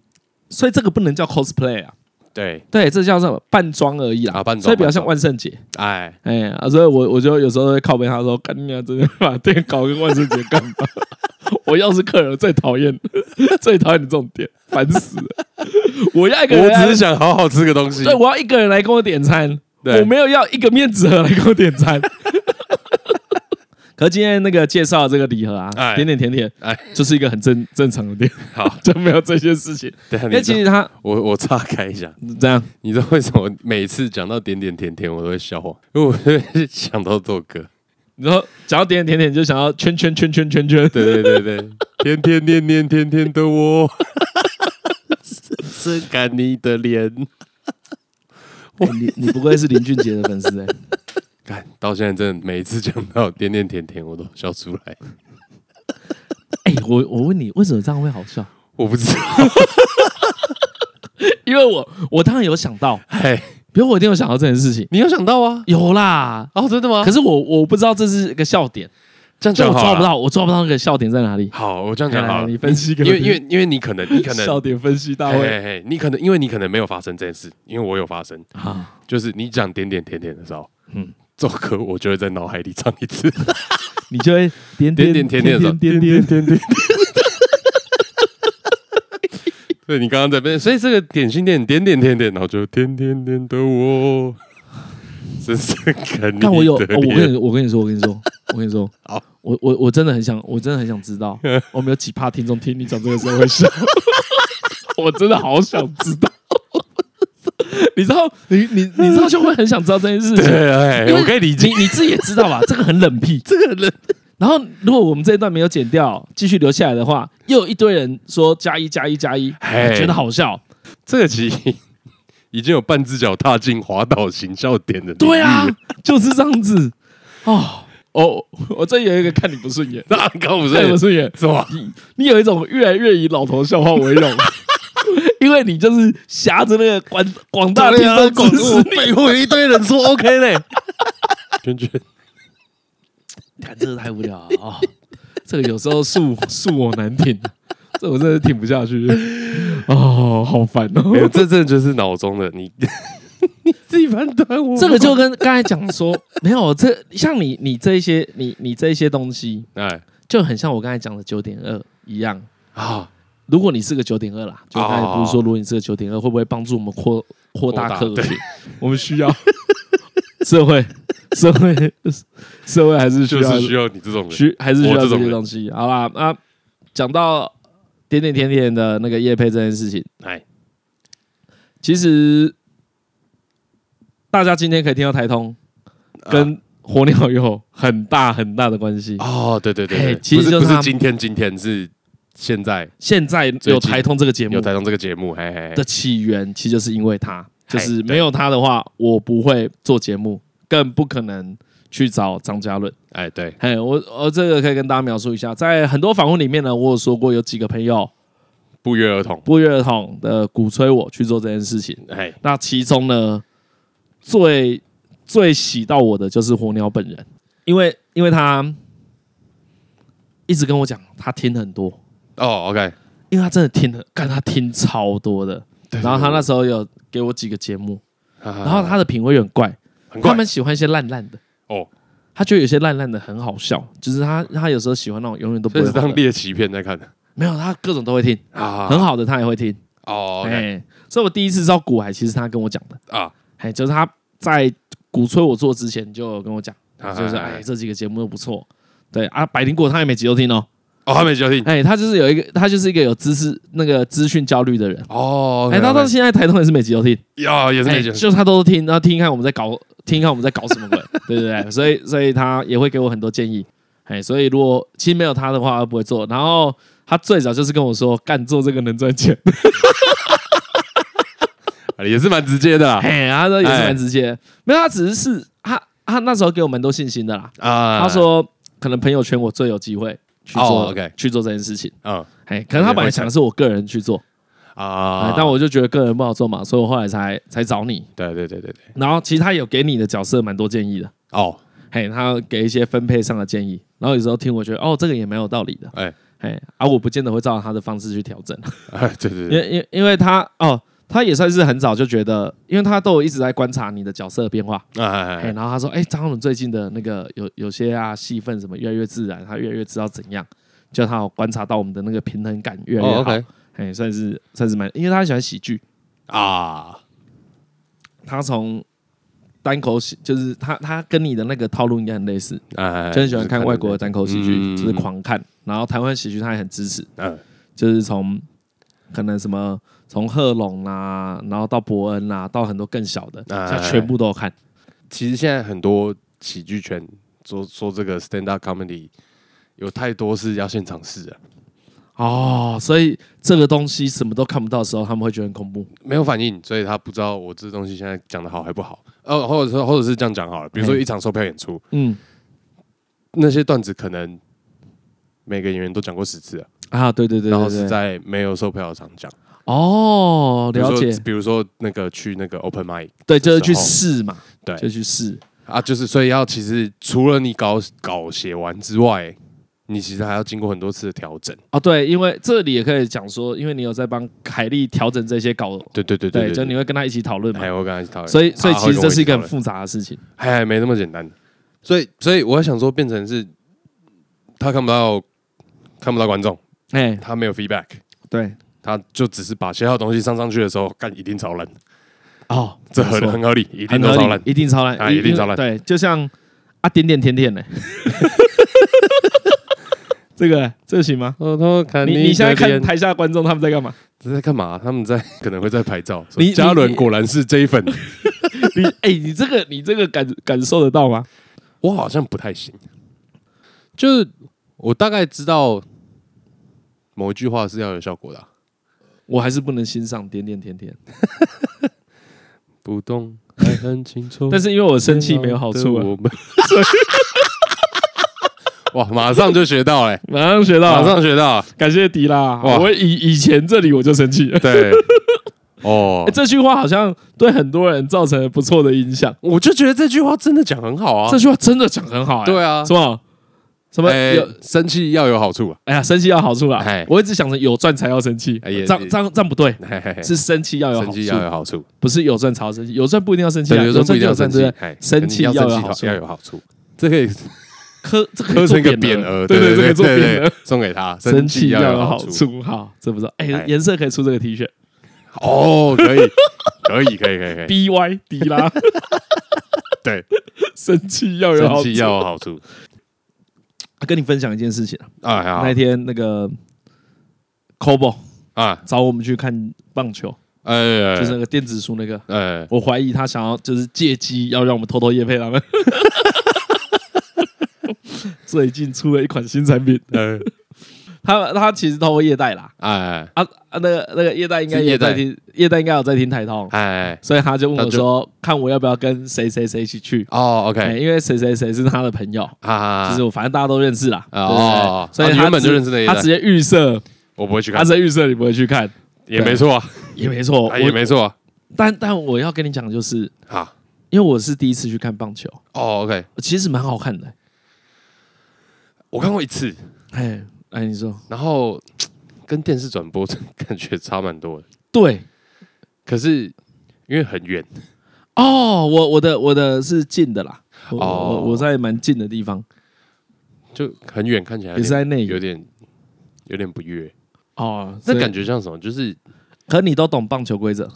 Speaker 2: 所以这个不能叫 cosplay 啊，
Speaker 1: 对，
Speaker 2: 对，这叫什么扮装而已啦，
Speaker 1: 啊扮装
Speaker 2: 所以比较
Speaker 1: 扮
Speaker 2: 像
Speaker 1: 装
Speaker 2: 万圣节。
Speaker 1: 哎，
Speaker 2: 哎呀、啊所以我我就有时候会靠背他说：“干你娘，真的把店搞跟万圣节干嘛？” 我要是客人，最讨厌 最讨厌你这种店，烦死了！ 我要一个人
Speaker 1: 我只
Speaker 2: 来，
Speaker 1: 是想好好吃个东西
Speaker 2: 对，。我要一个人来跟我点餐，
Speaker 1: 对
Speaker 2: 我没有要一个面子盒来跟我点 餐。可是今天那个介绍的这个礼盒啊，
Speaker 1: 哎
Speaker 2: 点点甜甜，
Speaker 1: 哎，
Speaker 2: 就是一个很正正常的店，
Speaker 1: 好，
Speaker 2: 就没有这些事情。
Speaker 1: 等一下
Speaker 2: 因
Speaker 1: 你
Speaker 2: 为其
Speaker 1: 知道，
Speaker 2: 实他
Speaker 1: 我我岔开一下，
Speaker 2: 这样，
Speaker 1: 你知道为什么每次讲到点点甜甜我都会笑话？因为我会想到这首歌。
Speaker 2: 然后想要点点甜甜，就想要圈圈圈圈圈圈，
Speaker 1: 对对对对，天天念念天天的我，深深感你的脸。
Speaker 2: 欸你你不愧是林俊杰的粉丝哎、
Speaker 1: 看到现在真的每一次讲到点点甜甜我都笑出来，
Speaker 2: 哎、我我问你，为什么这样会好笑？
Speaker 1: 我不知道。
Speaker 2: 因为我我当然有想到，
Speaker 1: 哎，
Speaker 2: 比如我一定有想到这件事情，
Speaker 1: 你有想到啊？
Speaker 2: 有啦。
Speaker 1: 哦，真的吗？
Speaker 2: 可是我我不知道这是一个笑点，
Speaker 1: 这样
Speaker 2: 就
Speaker 1: 讲
Speaker 2: 我
Speaker 1: 好
Speaker 2: 抓
Speaker 1: 了
Speaker 2: 不。到，我抓不到那个笑点在哪里。
Speaker 1: 好，我这样讲好
Speaker 2: 来
Speaker 1: 了
Speaker 2: 你。分析给我
Speaker 1: 因为
Speaker 2: 听，
Speaker 1: 因为因为你可 能你可能
Speaker 2: 笑点分析大
Speaker 1: 嘿
Speaker 2: 会
Speaker 1: 嘿嘿，你可能因为你可能没有发生这件事，因为我有发生，
Speaker 2: 啊，
Speaker 1: 就是你讲点点甜甜的时候，嗯
Speaker 2: 嗯，
Speaker 1: 这首歌我就会在脑海里唱一次，
Speaker 2: 你就会点
Speaker 1: 点点
Speaker 2: 点
Speaker 1: 甜
Speaker 2: 点
Speaker 1: 甜的时候
Speaker 2: 点点点点点，
Speaker 1: 对你刚刚在背，所以这个点心店点点甜甜，然后就甜甜甜的我， 深深感你的
Speaker 2: 看我有，哦我跟
Speaker 1: 脸
Speaker 2: 你我跟你说，我跟你 说，我跟你说，
Speaker 1: 好，
Speaker 2: 我我我真的很想，我真的很想知 道，我们有几趴听众听你讲这个时候会笑， 我真的好想知道。 你知道，你你你知道就会很想知道这件事情，
Speaker 1: 对，哎，
Speaker 2: 因为
Speaker 1: 我可以理解
Speaker 2: 你你自己也知道 吧，这个很冷僻。
Speaker 1: 这个人，
Speaker 2: 然后，如果我们这一段没有剪掉，继续留下来的话，又有一堆人说加一加一加一，
Speaker 1: 嘿
Speaker 2: 觉得好笑。
Speaker 1: 这个其实已经有半只脚踏进滑倒型笑点的，
Speaker 2: 对啊，，就是这样子。哦，哦，我这有一个看你不顺眼，
Speaker 1: 那刚不是
Speaker 2: 看你不顺眼，
Speaker 1: 是吧？
Speaker 2: 你有一种越来越以老头笑话为 荣，因为你就是挟着那个广广大听众
Speaker 1: 广
Speaker 2: 支
Speaker 1: 告
Speaker 2: 持
Speaker 1: 背后有一堆人说 OK 嘞，圈圈。
Speaker 2: 你，看这个太无聊了啊、这个有时候恕恕我难挺，这我真的挺不下去哦，好烦
Speaker 1: 没有，
Speaker 2: 哦。
Speaker 1: 这这就是脑中的你， 你自己判断我。
Speaker 2: 这个就跟刚才讲说， 没有这像你你这一些你你这一些东西，
Speaker 1: 哎
Speaker 2: 就很像我刚才讲的九点二一样。
Speaker 1: 啊，
Speaker 2: 如果你是个九点二啦，
Speaker 1: 哦
Speaker 2: 就刚才不是说，如果你是个九点二，会不会帮助我们扩扩大客
Speaker 1: 对
Speaker 2: 群？我们需要社会， 社会，社会还是需
Speaker 1: 就
Speaker 2: 要
Speaker 1: 是需要你这种人。
Speaker 2: 需还是需
Speaker 1: 我这
Speaker 2: 要这
Speaker 1: 种
Speaker 2: 些
Speaker 1: 人
Speaker 2: 东西。好啦，那讲到点点点点的那个叶配这件事情，
Speaker 1: 哎，
Speaker 2: 其实大家今天可以听到台通
Speaker 1: 啊
Speaker 2: 跟火鸟有很大很大的关系。
Speaker 1: 哦，对对对
Speaker 2: 嘿
Speaker 1: 对，
Speaker 2: 其实
Speaker 1: 不
Speaker 2: 就
Speaker 1: 不
Speaker 2: 是是
Speaker 1: 是
Speaker 2: 他
Speaker 1: 今天，今天是现在
Speaker 2: 现在
Speaker 1: 最
Speaker 2: 有
Speaker 1: 近
Speaker 2: 台通这个节目
Speaker 1: 有，台上这个节目，嘿嘿
Speaker 2: 的
Speaker 1: 嘿，
Speaker 2: 起源，其实就是因为他，
Speaker 1: 嗨
Speaker 2: 就是
Speaker 1: 对
Speaker 2: 没有他的话，我不会做节目，更不可能去找张嘉伦。
Speaker 1: 哎对，
Speaker 2: 嘿，我我这个可以跟大家描述一下，在很多访问里面呢，我有说过有几个朋友
Speaker 1: 不约而同，
Speaker 2: 不约而同的鼓吹我去做这件事情。
Speaker 1: 哎
Speaker 2: 那其中呢，最最喜到我的就是火鸟本人，因为因为他一直跟我讲，他听很多，
Speaker 1: 哦，OK，
Speaker 2: 因为他真的听了，干他听超多的。
Speaker 1: 对
Speaker 2: 然后他那
Speaker 1: 时
Speaker 2: 时候有给我几个节目，
Speaker 1: 候，然
Speaker 2: 然后他的品味有点怪，
Speaker 1: 很
Speaker 2: 他
Speaker 1: 快
Speaker 2: 们喜欢一些烂烂的，
Speaker 1: 哦，
Speaker 2: 他觉得有些烂烂的很好笑，就是他他有时候喜欢那种永远都不
Speaker 1: 这
Speaker 2: 会
Speaker 1: 是当
Speaker 2: 红的
Speaker 1: 猎奇片在看的
Speaker 2: 没有他各种都会听，
Speaker 1: 啊
Speaker 2: 很好的他也会听，
Speaker 1: 哦，OK
Speaker 2: 哎，所以我第一次知道古海其实是他跟我讲的，
Speaker 1: 啊，
Speaker 2: 哎，就是他在鼓吹我做之前就有跟我讲，就是哎
Speaker 1: 哎，
Speaker 2: 这几个节目都不错。对啊，百灵果他也每集都听哦。
Speaker 1: 哦，他没决定，
Speaker 2: 哎，他就是有一个，他就是一个有知识那个资讯焦虑的人。
Speaker 1: 哦，
Speaker 2: 哎，他到现在台东也是每集都听，
Speaker 1: 呀也是
Speaker 2: 哎
Speaker 1: 没决定，
Speaker 2: 就他都听，然后听一看我们在搞，听一看我们在搞什么鬼， 对对对，所以所以他也会给我很多建议，哎，所以如果其实没有他的话，我不会做。然后他最早就是跟我说，干做这个能赚钱，
Speaker 1: 也是蛮直接的啦，
Speaker 2: 哎，他说也是
Speaker 1: 哎
Speaker 2: 蛮直接，没有，他只是是他他那时候给我蛮多信心的啦。
Speaker 1: 啊
Speaker 2: 他，说可能朋友圈我最有机会去做、
Speaker 1: 哦，OK
Speaker 2: 去做这件事情。
Speaker 1: 嗯
Speaker 2: 哎，可能他本来想的是我个人去做，哎
Speaker 1: 啊，
Speaker 2: 但我就觉得个人不好做嘛，所以我后来才才找你。
Speaker 1: 对对对对对，
Speaker 2: 然后其实他有给你的角色蛮多建议的，
Speaker 1: 哦，
Speaker 2: 嘿，他给一些分配上的建议，然后有时候听我觉得哦，这个也蛮有道理的，
Speaker 1: 哎，
Speaker 2: 嘿，而、我不见得会照他的方式去调整，
Speaker 1: 哎对对
Speaker 2: 因
Speaker 1: 对，
Speaker 2: 为因为因为他哦，他也算是很早就觉得，因为他都有一直在观察你的角色的变化，
Speaker 1: 啊哎哎
Speaker 2: 哎，然后他说，哎，张翰最近的那个有有些啊戏份什么越来越自然，他越来越知道怎样，就他有观察到我们的那个平衡感越来
Speaker 1: 哦
Speaker 2: 越好，
Speaker 1: ，OK
Speaker 2: 哎，算是算是蛮，因为他喜欢喜剧，
Speaker 1: 啊，
Speaker 2: 他从单口喜就是他他跟你的那个套路应该很类似，
Speaker 1: 哎，
Speaker 2: 就很喜欢看外国的
Speaker 1: 的，
Speaker 2: 单口喜剧，
Speaker 1: 嗯
Speaker 2: 就是狂看。然后台湾喜剧他也很支持，
Speaker 1: 嗯
Speaker 2: 就是从可能什么从贺龙啦，然后到伯恩啦，到很多更小的，
Speaker 1: 哎
Speaker 2: 他全部都有看。
Speaker 1: 其实现在很多喜剧圈说说这个 stand up comedy 有太多是要现场试的，
Speaker 2: 哦，所以这个东西什么都看不到的时候，他们会觉得很恐怖。
Speaker 1: 没有反应，所以他不知道我这东西现在讲的好还不好。呃，或者说，或者是这样讲好了，比如说
Speaker 2: 嘿
Speaker 1: 一场售票演出，
Speaker 2: 嗯，
Speaker 1: 那些段子可能每个演员都讲过十次了，
Speaker 2: 啊，对对对
Speaker 1: 然后
Speaker 2: 对
Speaker 1: 是
Speaker 2: 对
Speaker 1: 在没有售票的场讲。
Speaker 2: 哦，
Speaker 1: 比如
Speaker 2: 了
Speaker 1: 说哦
Speaker 2: 解，
Speaker 1: 比如说那个去那个 open mic，
Speaker 2: 对，就是去
Speaker 1: 时候
Speaker 2: 试嘛，
Speaker 1: 对
Speaker 2: 就去试。
Speaker 1: 啊，就是所以要其实除了你搞搞写完之外，你其实还要经过很多次的调整。
Speaker 2: 哦，对，因为这里也可以讲说，因为你有在帮凯莉调整这些稿，
Speaker 1: 对对对
Speaker 2: 对，
Speaker 1: 对，
Speaker 2: 就你会跟他一起讨论嘛
Speaker 1: 哎，，我刚才讨论，
Speaker 2: 所以所以
Speaker 1: 啊
Speaker 2: 其实这是一个
Speaker 1: 他
Speaker 2: 很
Speaker 1: 会跟我起讨论
Speaker 2: 复杂的事情。
Speaker 1: 哎，没那么简单。所以所以我想说，变成是他看不到看不到观众，
Speaker 2: 哎，
Speaker 1: 他没有 feedback，
Speaker 2: 对，
Speaker 1: 他就只是把写好东西上上去的时候，干一定超烂，
Speaker 2: 哦，
Speaker 1: 这
Speaker 2: 没
Speaker 1: 很
Speaker 2: 错
Speaker 1: 很合理，一定
Speaker 2: 很
Speaker 1: 都
Speaker 2: 合
Speaker 1: 超
Speaker 2: 理
Speaker 1: 烂。
Speaker 2: 一定超烂，
Speaker 1: 啊一定超烂
Speaker 2: 对，就像啊，点点甜甜呢， 这个这个行吗？
Speaker 1: 偷偷看
Speaker 2: 你你现在看台下观众他们在干嘛？
Speaker 1: 这在干嘛？他们在 可能会在拍照。
Speaker 2: 你
Speaker 1: 说嘉伦
Speaker 2: 你
Speaker 1: 果然是 J 粉，
Speaker 2: 你哎，你这个你这个感感受得到吗？
Speaker 1: 我好像不太行。就是我大概知道某一句话是要有效果的啊、
Speaker 2: 我还是不能欣赏点点甜甜，
Speaker 1: 不动还很清楚
Speaker 2: 但是因为我生气没有好处 啊，
Speaker 1: 我们哇，马上就学到嘞、
Speaker 2: 马上学到
Speaker 1: 马
Speaker 2: 了，
Speaker 1: 上学到。
Speaker 2: 感谢迪拉。
Speaker 1: 哇
Speaker 2: 我以以前这里我就生气 了，
Speaker 1: 对，哦
Speaker 2: 哎，这句话好像对很多人造成了不错的影响。
Speaker 1: 我就觉得这句话真的讲很好啊
Speaker 2: 这。句话真的讲得很好，哎
Speaker 1: 对啊
Speaker 2: 什么什么
Speaker 1: 哎
Speaker 2: 有
Speaker 1: 生气要有好处啊。
Speaker 2: 哎呀，生气要好处啦
Speaker 1: 哎。
Speaker 2: 我一直想着有赚才要生气，
Speaker 1: 哎也
Speaker 2: 这样这样这样不对，
Speaker 1: 嘿嘿嘿
Speaker 2: 是生气要有好
Speaker 1: 生
Speaker 2: 处
Speaker 1: 气，要有好处，
Speaker 2: 不是有赚才要生气。有赚不一定要生气啊，
Speaker 1: 对有时候不一定要
Speaker 2: 赚
Speaker 1: 生气
Speaker 2: 就有赚，
Speaker 1: 哎
Speaker 2: 生气
Speaker 1: 要
Speaker 2: 要有
Speaker 1: 生气
Speaker 2: 好处
Speaker 1: 要有好处。这可以
Speaker 2: 对不对，磕这可
Speaker 1: 刻
Speaker 2: 以
Speaker 1: 成一个
Speaker 2: 做
Speaker 1: 匾
Speaker 2: 匾
Speaker 1: 额，
Speaker 2: 对
Speaker 1: 对
Speaker 2: 这可以做
Speaker 1: 对
Speaker 2: 匾
Speaker 1: 对
Speaker 2: 额。
Speaker 1: 送给他。
Speaker 2: 生气
Speaker 1: 要
Speaker 2: 要
Speaker 1: 有
Speaker 2: 有
Speaker 1: 好
Speaker 2: 好。处，好，这不错。哎
Speaker 1: 哎，
Speaker 2: 颜色可以出这个 T 恤
Speaker 1: 哦，可以，可以，可以，可以，可 以。
Speaker 2: ，B Y 迪拉，
Speaker 1: 对，
Speaker 2: 生气要有好
Speaker 1: 生
Speaker 2: 处
Speaker 1: 气。要有好处。
Speaker 2: 跟你分享一件事情啊，
Speaker 1: 啊，
Speaker 2: 那
Speaker 1: 好
Speaker 2: 天那个 Cobo
Speaker 1: 啊，
Speaker 2: 找我们去看棒球，
Speaker 1: 呃，
Speaker 2: 就是那个电子书那个，
Speaker 1: 呃，
Speaker 2: 我怀疑他想要就是借机要让我们偷偷夜配他们。 最近出了一款新产品，
Speaker 1: 呃，
Speaker 2: 他他其实透过业代啦，
Speaker 1: 哎，
Speaker 2: 啊啊那个那个业代应该
Speaker 1: 是
Speaker 2: 也
Speaker 1: 业代
Speaker 2: 在听，业代应该有在听台通，
Speaker 1: 哎，
Speaker 2: 所以他就问我
Speaker 1: 他就
Speaker 2: 说，看我要不要跟谁谁谁一起去，
Speaker 1: 哦，OK，
Speaker 2: 哎因为谁谁谁是他的朋友，
Speaker 1: 啊，
Speaker 2: 就是我反正大家都认识啦，
Speaker 1: 哦
Speaker 2: 对不
Speaker 1: 哦
Speaker 2: 对
Speaker 1: 哦
Speaker 2: 所以
Speaker 1: 啊
Speaker 2: 他
Speaker 1: 原本就
Speaker 2: 直
Speaker 1: 认识的业代
Speaker 2: 他直接预设，
Speaker 1: 我不会去
Speaker 2: 他
Speaker 1: 看
Speaker 2: 直，接预设你不会去看，
Speaker 1: 也没错啊，
Speaker 2: 也没错，
Speaker 1: 啊也
Speaker 2: 我
Speaker 1: 没错啊
Speaker 2: 但但我要跟你讲，就是
Speaker 1: 啊，
Speaker 2: 因为我是第一次去看棒球，
Speaker 1: 哦，OK，
Speaker 2: 其实蛮好看的、
Speaker 1: 我看过一次，
Speaker 2: 哎哎，你说
Speaker 1: 然后跟电视转播感觉差蛮多的，
Speaker 2: 对
Speaker 1: 可是因为很远，
Speaker 2: 哦，我我的我的是近的啦，我、
Speaker 1: 哦
Speaker 2: 我我在蛮近的地方，
Speaker 1: 就很远，看起来有
Speaker 2: 也是
Speaker 1: 点
Speaker 2: 在内
Speaker 1: 哦有
Speaker 2: 野
Speaker 1: 点有点不悦，
Speaker 2: 哦，
Speaker 1: 那感
Speaker 2: 觉。
Speaker 1: 觉像什么？就是
Speaker 2: 可你都懂棒球规则。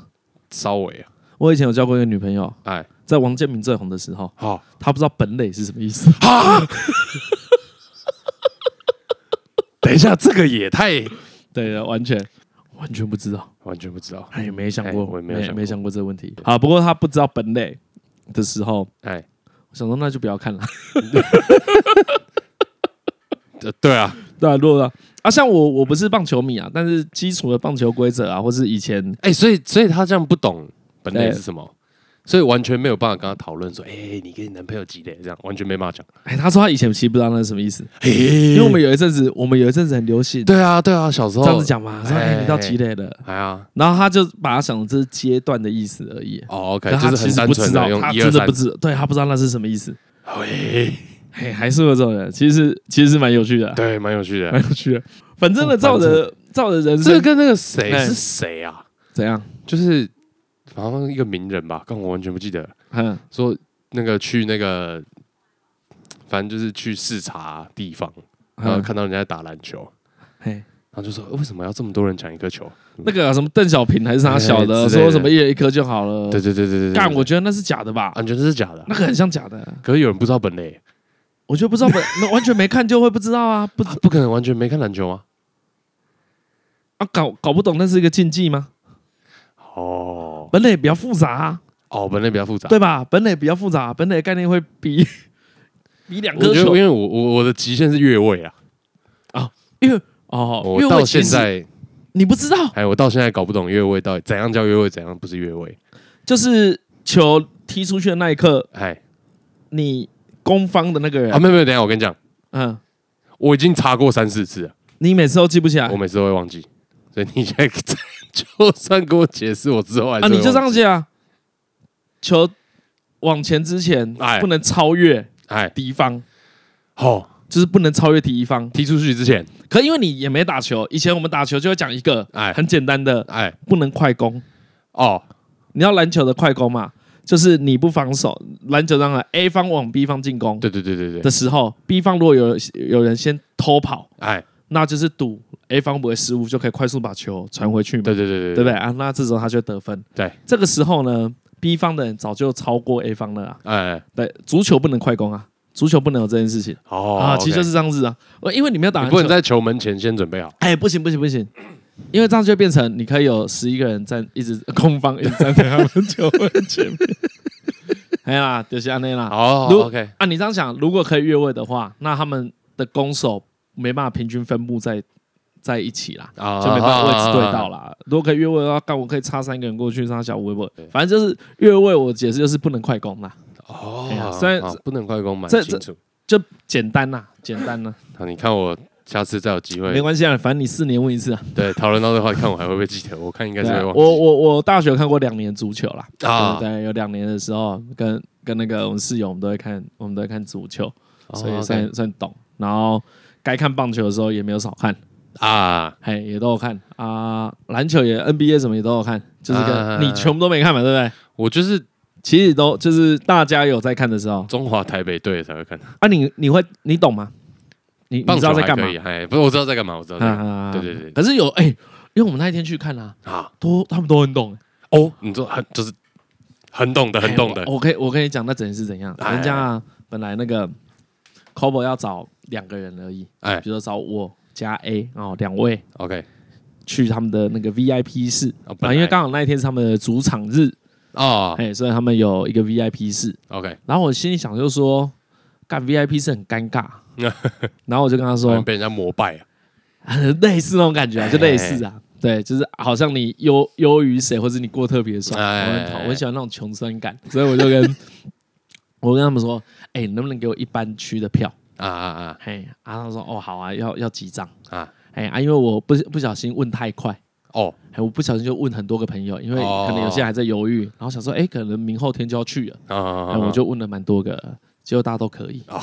Speaker 1: 稍微啊，
Speaker 2: 我以前有交过一个女朋友，
Speaker 1: 哎，
Speaker 2: 在王建民最红的时候，
Speaker 1: 好，
Speaker 2: 她不知道本垒是什么意思。
Speaker 1: 等一下，这个也太
Speaker 2: 对，完全完全不知道，
Speaker 1: 完全不知道，
Speaker 2: 哎，没想
Speaker 1: 哎
Speaker 2: 过，
Speaker 1: 我也没有
Speaker 2: 没
Speaker 1: 想过
Speaker 2: 没想过这个问题。好，不过她不知道本垒的时候，
Speaker 1: 哎，
Speaker 2: 我想说那就不要看了。
Speaker 1: 呃对啊，
Speaker 2: 对啊，弱了啊！像我，我不是棒球迷啊，但是基础的棒球规则啊，或是以前
Speaker 1: 哎，所以所以他这样不懂本垒是什么，所以完全没有办法跟他讨论说，哎、你跟你男朋友几类？这样完全没办法讲。
Speaker 2: 哎，他说他以前其实不知道那是什么意思，
Speaker 1: 嘿
Speaker 2: 因为我们有一阵子，我们有一阵子很流行
Speaker 1: 对啊，对啊，小时候
Speaker 2: 这样子，讲嘛，说
Speaker 1: 哎
Speaker 2: 哎，你到积累了，
Speaker 1: 哎呀，
Speaker 2: 然后他就把他想的这是阶段的意思而已。
Speaker 1: 哦，OK，
Speaker 2: 可
Speaker 1: 就
Speaker 2: 他
Speaker 1: 是
Speaker 2: 其
Speaker 1: 很
Speaker 2: 实
Speaker 1: 单
Speaker 2: 不
Speaker 1: 纯
Speaker 2: 知
Speaker 1: 的
Speaker 2: 道，
Speaker 1: 用
Speaker 2: 他
Speaker 1: 一
Speaker 2: 真
Speaker 1: 二
Speaker 2: 的
Speaker 1: 三
Speaker 2: 不。知道，对他不知道那是什么意思。
Speaker 1: 喂，
Speaker 2: 嘿，还是有这种人，其实其实是蛮有趣的，
Speaker 1: 对，蛮有趣的。
Speaker 2: 蛮有趣的。反正呢，照着照着人
Speaker 1: 哎这个
Speaker 2: 生
Speaker 1: 跟那个谁
Speaker 2: 哎
Speaker 1: 是谁啊？
Speaker 2: 怎样，
Speaker 1: 就是好像一个名人吧，但我完全不记得了。
Speaker 2: 嗯，
Speaker 1: 说那个去那个，反正就是去视察地方，然后
Speaker 2: 嗯
Speaker 1: 看到人家打篮球，
Speaker 2: 嘿，
Speaker 1: 然后就说为什么要这么多人抢一颗球？
Speaker 2: 那个什么邓小平还是啥小
Speaker 1: 哎
Speaker 2: 的，
Speaker 1: 之类的
Speaker 2: 说什么一人一颗就好了。
Speaker 1: 对对对对对对，
Speaker 2: 干，
Speaker 1: 对
Speaker 2: 我觉得那是假的吧，
Speaker 1: 完全是假的啊
Speaker 2: 那。个很像假的。
Speaker 1: 可是有人不知道本垒，
Speaker 2: 我就不知道本，那完全没看就会不知道啊，不
Speaker 1: 啊不可能完全没看篮球啊。
Speaker 2: 啊搞搞不懂那是一个禁忌吗？
Speaker 1: 哦
Speaker 2: 本垒比较复杂、啊，
Speaker 1: 哦，本垒比较复杂。
Speaker 2: 对吧？本垒比较复杂、本垒概念会比 比两
Speaker 1: 我
Speaker 2: 颗
Speaker 1: 觉得因
Speaker 2: 球
Speaker 1: 为我我我的极限是越位啊，
Speaker 2: 哦，因
Speaker 1: 我
Speaker 2: 为
Speaker 1: 到
Speaker 2: 其
Speaker 1: 现
Speaker 2: 实
Speaker 1: 在
Speaker 2: 你不知道，
Speaker 1: 哎，我到现在搞不懂越位到底怎样叫越位，怎样不是越位。
Speaker 2: 就是球踢出去的那一刻，
Speaker 1: 哎，
Speaker 2: 你攻方的那个人，
Speaker 1: 啊没有没有，等一下我跟你讲，
Speaker 2: 嗯，
Speaker 1: 我已经查过三四次了，
Speaker 2: 你每次都记不起来
Speaker 1: 我，每次都会忘记，所以你现在 就算给我解释，我之后还是
Speaker 2: 啊，
Speaker 1: 会
Speaker 2: 你就这样
Speaker 1: 忘记。
Speaker 2: 记啊，球往前之前
Speaker 1: 哎
Speaker 2: 不能超越
Speaker 1: 哎，
Speaker 2: 敌方，
Speaker 1: 好，
Speaker 2: 就是不能超越敌方。
Speaker 1: 踢出去之前，
Speaker 2: 可因为你也没打球，以前我们打球就会讲一个
Speaker 1: 哎
Speaker 2: 很简单的，
Speaker 1: 哎
Speaker 2: 不能快攻。
Speaker 1: 哦，
Speaker 2: 你要篮球的快攻嘛，就是你不防守，篮球当然 A 方往 B 方进攻
Speaker 1: 对对对对
Speaker 2: 的
Speaker 1: 对，
Speaker 2: 时候，B 方如果有有人先偷跑，
Speaker 1: 哎，
Speaker 2: 那就是赌 A 方不会失误，就可以快速把球传回去嘛，
Speaker 1: 对对对
Speaker 2: 对不对啊？那这时候他就会得分。
Speaker 1: 对，
Speaker 2: 这个时候呢，B 方的人早就超过 A 方了啊。
Speaker 1: 哎
Speaker 2: 对，足球不能快攻啊，足球不能有这件事情、
Speaker 1: 哦
Speaker 2: 啊，其实就是这样子啊。呃因为你没有打
Speaker 1: 你
Speaker 2: 篮
Speaker 1: 不能
Speaker 2: 球，
Speaker 1: 在球门前先准备好。
Speaker 2: 哎，不行不行不行。因为这样就会变成你可以有十一个人站，一直空方一直站在他们球门前面。 哎啦，就是安内啦。
Speaker 1: 好
Speaker 2: 如
Speaker 1: 哦，OK，
Speaker 2: 啊，你这样想，如果可以越位的话，那他们的攻守没办法平均分布在在一起啦，
Speaker 1: 啊
Speaker 2: 就没办法位置对到啦。如果可以越位的话，干我可以插三个人过去，插小微博，反正就是越位。我解释就是不能快攻啦，哎呀
Speaker 1: 哦，
Speaker 2: 虽然
Speaker 1: 好不能快攻，蛮
Speaker 2: 这
Speaker 1: 清楚。
Speaker 2: 就简单啦，简单啦，
Speaker 1: 好，你看我下次再有机
Speaker 2: 没
Speaker 1: 会，
Speaker 2: 关系啊，反正你四年问一次啊。
Speaker 1: 对，讨论到的话，看我还会不会记得？我看应该
Speaker 2: 对
Speaker 1: 是
Speaker 2: 啊
Speaker 1: 会忘
Speaker 2: 我
Speaker 1: 记。
Speaker 2: 我我大学看过两年足球啦，
Speaker 1: 啊
Speaker 2: 对对，有两年的时候跟跟那个我们室友，我们都会看，我们都会看足球，所以
Speaker 1: 哦
Speaker 2: 算、
Speaker 1: ，OK
Speaker 2: 算懂。然后该看棒球的时候也没有少看。
Speaker 1: 啊，
Speaker 2: 嘿，也都有看啊，篮球也 NBA 什么也都有看，就是跟、
Speaker 1: 啊
Speaker 2: 你全部都没看嘛，对不对？
Speaker 1: 我就是
Speaker 2: 其实都就是大家有在看的时候
Speaker 1: 中华台北队才会看，
Speaker 2: 啊你，你会你懂吗？你你
Speaker 1: 棒
Speaker 2: 知
Speaker 1: 球
Speaker 2: 道
Speaker 1: 还
Speaker 2: 在干嘛
Speaker 1: 可以？哎，不是，我知道在干嘛，我知道在干嘛。
Speaker 2: 啊
Speaker 1: 对对对
Speaker 2: 可是有哎、因为我们那一天去看啊，
Speaker 1: 啊，
Speaker 2: 都他们都很懂，
Speaker 1: 哦，你说很就是很懂的，很懂的
Speaker 2: 哎。我我可以我跟你讲，那整是怎样？
Speaker 1: 哎
Speaker 2: 人家、啊、本来那个 c o b o 要找两个人而已，
Speaker 1: 哎
Speaker 2: 比如说找我加 A 哦，两位
Speaker 1: ，OK，
Speaker 2: 去他们的那个 VIP 室
Speaker 1: 哦本
Speaker 2: 啊，
Speaker 1: 来
Speaker 2: 因为刚好那一天是他们的主场日，
Speaker 1: 哦
Speaker 2: 哎、所以他们有一个 VIP 室。
Speaker 1: ，OK，
Speaker 2: 然后我心里想就说，干 VIP 是很 尴尬，然后我就跟他
Speaker 1: 突然
Speaker 2: 说，
Speaker 1: 被人家膜拜啊。
Speaker 2: 类似那种感
Speaker 1: 哎
Speaker 2: 觉啊，就类似啊，对，就是好像你优优于谁，或者你过特别爽，
Speaker 1: 哎
Speaker 2: 我很讨，我很喜欢那种穷酸感，所以我就跟 我跟他们说，哎、你能不能给我一班区的票？
Speaker 1: 啊啊
Speaker 2: 嘿，啊，他们说，哦，好啊，要要几张？
Speaker 1: 啊啊！
Speaker 2: 哎啊，因为我不不小心问太快。
Speaker 1: 哦，
Speaker 2: 哎，我不小心就问很多个朋友，因为
Speaker 1: 哦
Speaker 2: 可能有些还在犹豫，然后想说，哎，可能明后天就要去了，
Speaker 1: 啊啊
Speaker 2: 哎，
Speaker 1: 啊
Speaker 2: 我就问了蛮多个，结果大家都可以。
Speaker 1: 哦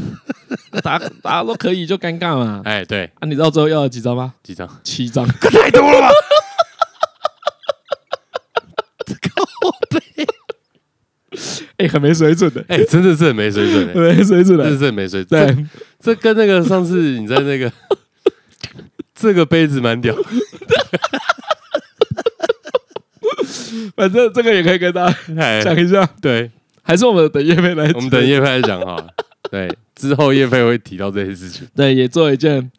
Speaker 2: 大家大家都可以就尴尬嘛。
Speaker 1: 哎，对，
Speaker 2: 啊，你知道最后要了几张吗？
Speaker 1: 几张？
Speaker 2: 七张。
Speaker 1: 太多 了吧？
Speaker 2: 哎，很没水准的，
Speaker 1: 哎，真的是很没水准 欸，
Speaker 2: 没水
Speaker 1: 真
Speaker 2: 准
Speaker 1: 的
Speaker 2: 的。
Speaker 1: 是很没水准。
Speaker 2: 对，
Speaker 1: 这跟那个上次你在那个 这个杯子蛮屌，
Speaker 2: 反正这个也可以跟大家
Speaker 1: 哎，
Speaker 2: 讲一下，
Speaker 1: 对，
Speaker 2: 还是我们等叶飞来，
Speaker 1: 我们等叶佩来讲 哈。对，之后叶佩会提到这些事情。
Speaker 2: 对也做一件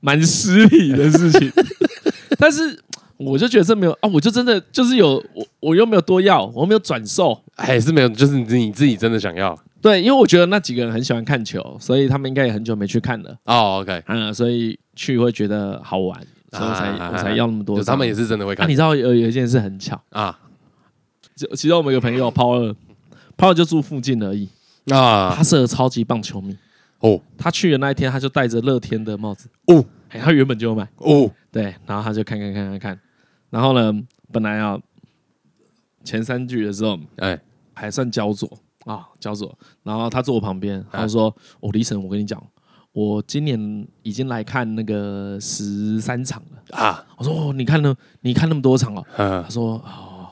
Speaker 2: 蛮失礼的事 情，但是。我就觉得这没有啊，我就真的就是有我，我又没有多要，我没有转售，
Speaker 1: 还哎是没有，就是你自己真的想要
Speaker 2: 对，因为我觉得那几个人很喜欢看球，所以他们应该也很久没去看了。
Speaker 1: 哦。OK，
Speaker 2: 嗯，所以去会觉得好玩，所以我才、
Speaker 1: 啊
Speaker 2: 我才要那么多
Speaker 1: 就
Speaker 2: 张。
Speaker 1: 是
Speaker 2: 啊
Speaker 1: 他们也是真的会
Speaker 2: 那、
Speaker 1: 看
Speaker 2: 你知道有有一件事很巧，
Speaker 1: 啊
Speaker 2: 就其中我们有个朋友 p 二 p 二就住附近而已，
Speaker 1: 啊
Speaker 2: 他是个超级棒球迷。
Speaker 1: 哦
Speaker 2: 他去的那一天，他就戴着乐天的帽子，
Speaker 1: 哦
Speaker 2: 哎，他原本就有买，
Speaker 1: 哦，
Speaker 2: 对，然后他就看看看看看，然后呢，本来啊前三局的时候
Speaker 1: 哎
Speaker 2: 还算焦灼啊焦灼，然后他坐我旁边，他就说：“哦，李晨，我跟你讲，我今年已经来看那个十三场了。
Speaker 1: 啊”
Speaker 2: 我说：“哦，你看呢？你看那么多场哦？”
Speaker 1: 嗯
Speaker 2: 他说：“哦，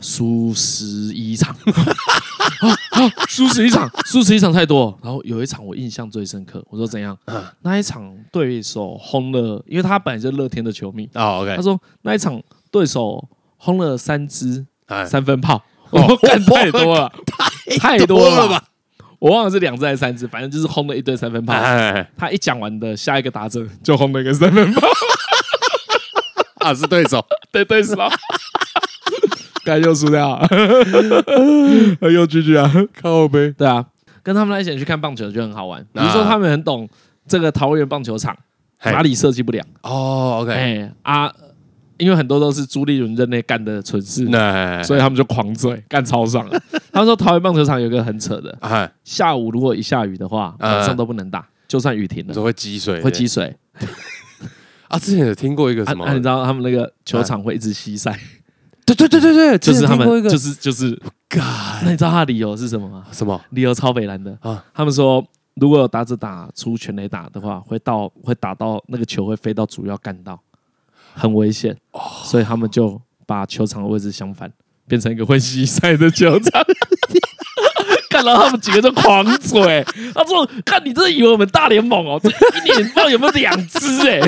Speaker 2: 输十一 场，啊啊，输十一场，输十一场太多。然后有一场我印象最深刻，我说怎样？那一场对手轰了，因为他本来就是乐天的球迷，
Speaker 1: 哦
Speaker 2: 他
Speaker 1: OK，
Speaker 2: 说那一场对手轰了三支
Speaker 1: 哎
Speaker 2: 三分炮，我
Speaker 1: 哦
Speaker 2: 说干 太多了，太
Speaker 1: 多了
Speaker 2: 了吧？我忘了是两支还是三支，反正就是轰了一堆三分炮。
Speaker 1: 哎
Speaker 2: 他一讲完的下一个打者就轰了一个三分炮。
Speaker 1: 啊是 对手，
Speaker 2: 对对手，该又输 掉了，又 GG 啊！
Speaker 1: 靠呗，
Speaker 2: 对啊，跟他们一起去看棒球就很好玩。比如说
Speaker 1: 啊
Speaker 2: 他们很懂这个桃园棒球场
Speaker 1: 嘿
Speaker 2: 哪里设计不良，
Speaker 1: 哦 OK，
Speaker 2: 哎啊，因为很多都是朱立伦任内干的蠢事，
Speaker 1: 那哎
Speaker 2: 所以他们就狂醉，干超啊 上了。他们说桃园棒球场有一个很扯的，
Speaker 1: 哎
Speaker 2: 下午如果一下雨的话，
Speaker 1: 嗯
Speaker 2: 晚上都不能打，就算雨停
Speaker 1: 你
Speaker 2: 了
Speaker 1: 说会积水，
Speaker 2: 嗯会积水。
Speaker 1: 啊？之前有听过一个
Speaker 2: 啊
Speaker 1: 什么
Speaker 2: 啊，？你知道他们那个球场会一直吸塞，
Speaker 1: 对对对对对，
Speaker 2: 就是
Speaker 1: 之前
Speaker 2: 他
Speaker 1: 听过一
Speaker 2: 们
Speaker 1: 个
Speaker 2: 就是就是。
Speaker 1: God
Speaker 2: 那你知道他的理由是什么吗？
Speaker 1: 什么
Speaker 2: 理由哦超北蓝的
Speaker 1: 啊
Speaker 2: 啊！他们说，如果有打者打出全垒打的话，会到会打到那个球会飞到主要干道，很危险，所以他们就把球场的位置相反，变成一个会西塞的球场。 看到他们几个就狂嘴，他说：“看你真的以为我们大联盟哦，这一年不知道有没有两支哎、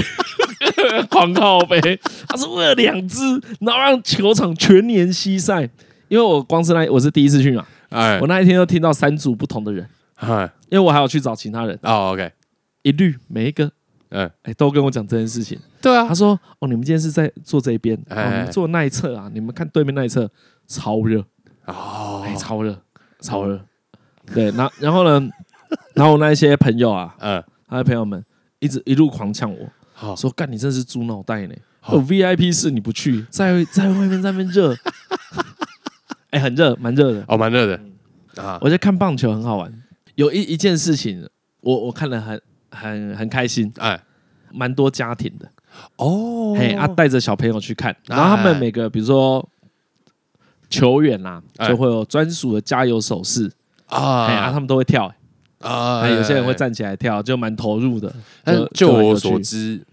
Speaker 2: 狂靠呗。”他是为了两支，然后让球场全年西塞。因为我光是那我是第一次去嘛，
Speaker 1: 哎
Speaker 2: 我那一天又听到三组不同的人，
Speaker 1: 哎
Speaker 2: 因为我还有去找其他人，
Speaker 1: 哦 OK，
Speaker 2: 一律每一个
Speaker 1: 嗯
Speaker 2: 哎、都跟我讲这件事情。
Speaker 1: 对啊
Speaker 2: 他，说：“哦，你们今天是在坐这一边，哦，
Speaker 1: 哎
Speaker 2: 你们坐那一侧啊，你们看对面那一侧超热，
Speaker 1: 哦
Speaker 2: 哎、超热，超热。”对，然然后呢， 然后我那一些朋友啊，
Speaker 1: 嗯
Speaker 2: 他的朋友们一直一路狂呛我，
Speaker 1: 好
Speaker 2: 说：“干，你真是猪脑袋呢！哦
Speaker 1: 好
Speaker 2: 有 VIP 室你不去，在在外面在那边热， 哎、很热，蛮热的。”
Speaker 1: 哦蛮热的啊
Speaker 2: 我觉得看棒球很好玩，有一一件事情，我我看了很很很开心，
Speaker 1: 哎
Speaker 2: 蛮多家庭的，
Speaker 1: 哦
Speaker 2: 嘿、啊，带着小朋友去看，然后他
Speaker 1: 哎
Speaker 2: 们每个比如说球员啦、
Speaker 1: 哎
Speaker 2: 就会有专属的加油手势，
Speaker 1: 啊
Speaker 2: 哎、啊，他们都会跳，
Speaker 1: 啊
Speaker 2: 哎、有些人会。站起来跳，就蛮投入的。
Speaker 1: 但哎就
Speaker 2: 很有
Speaker 1: 我
Speaker 2: 趣
Speaker 1: 所知，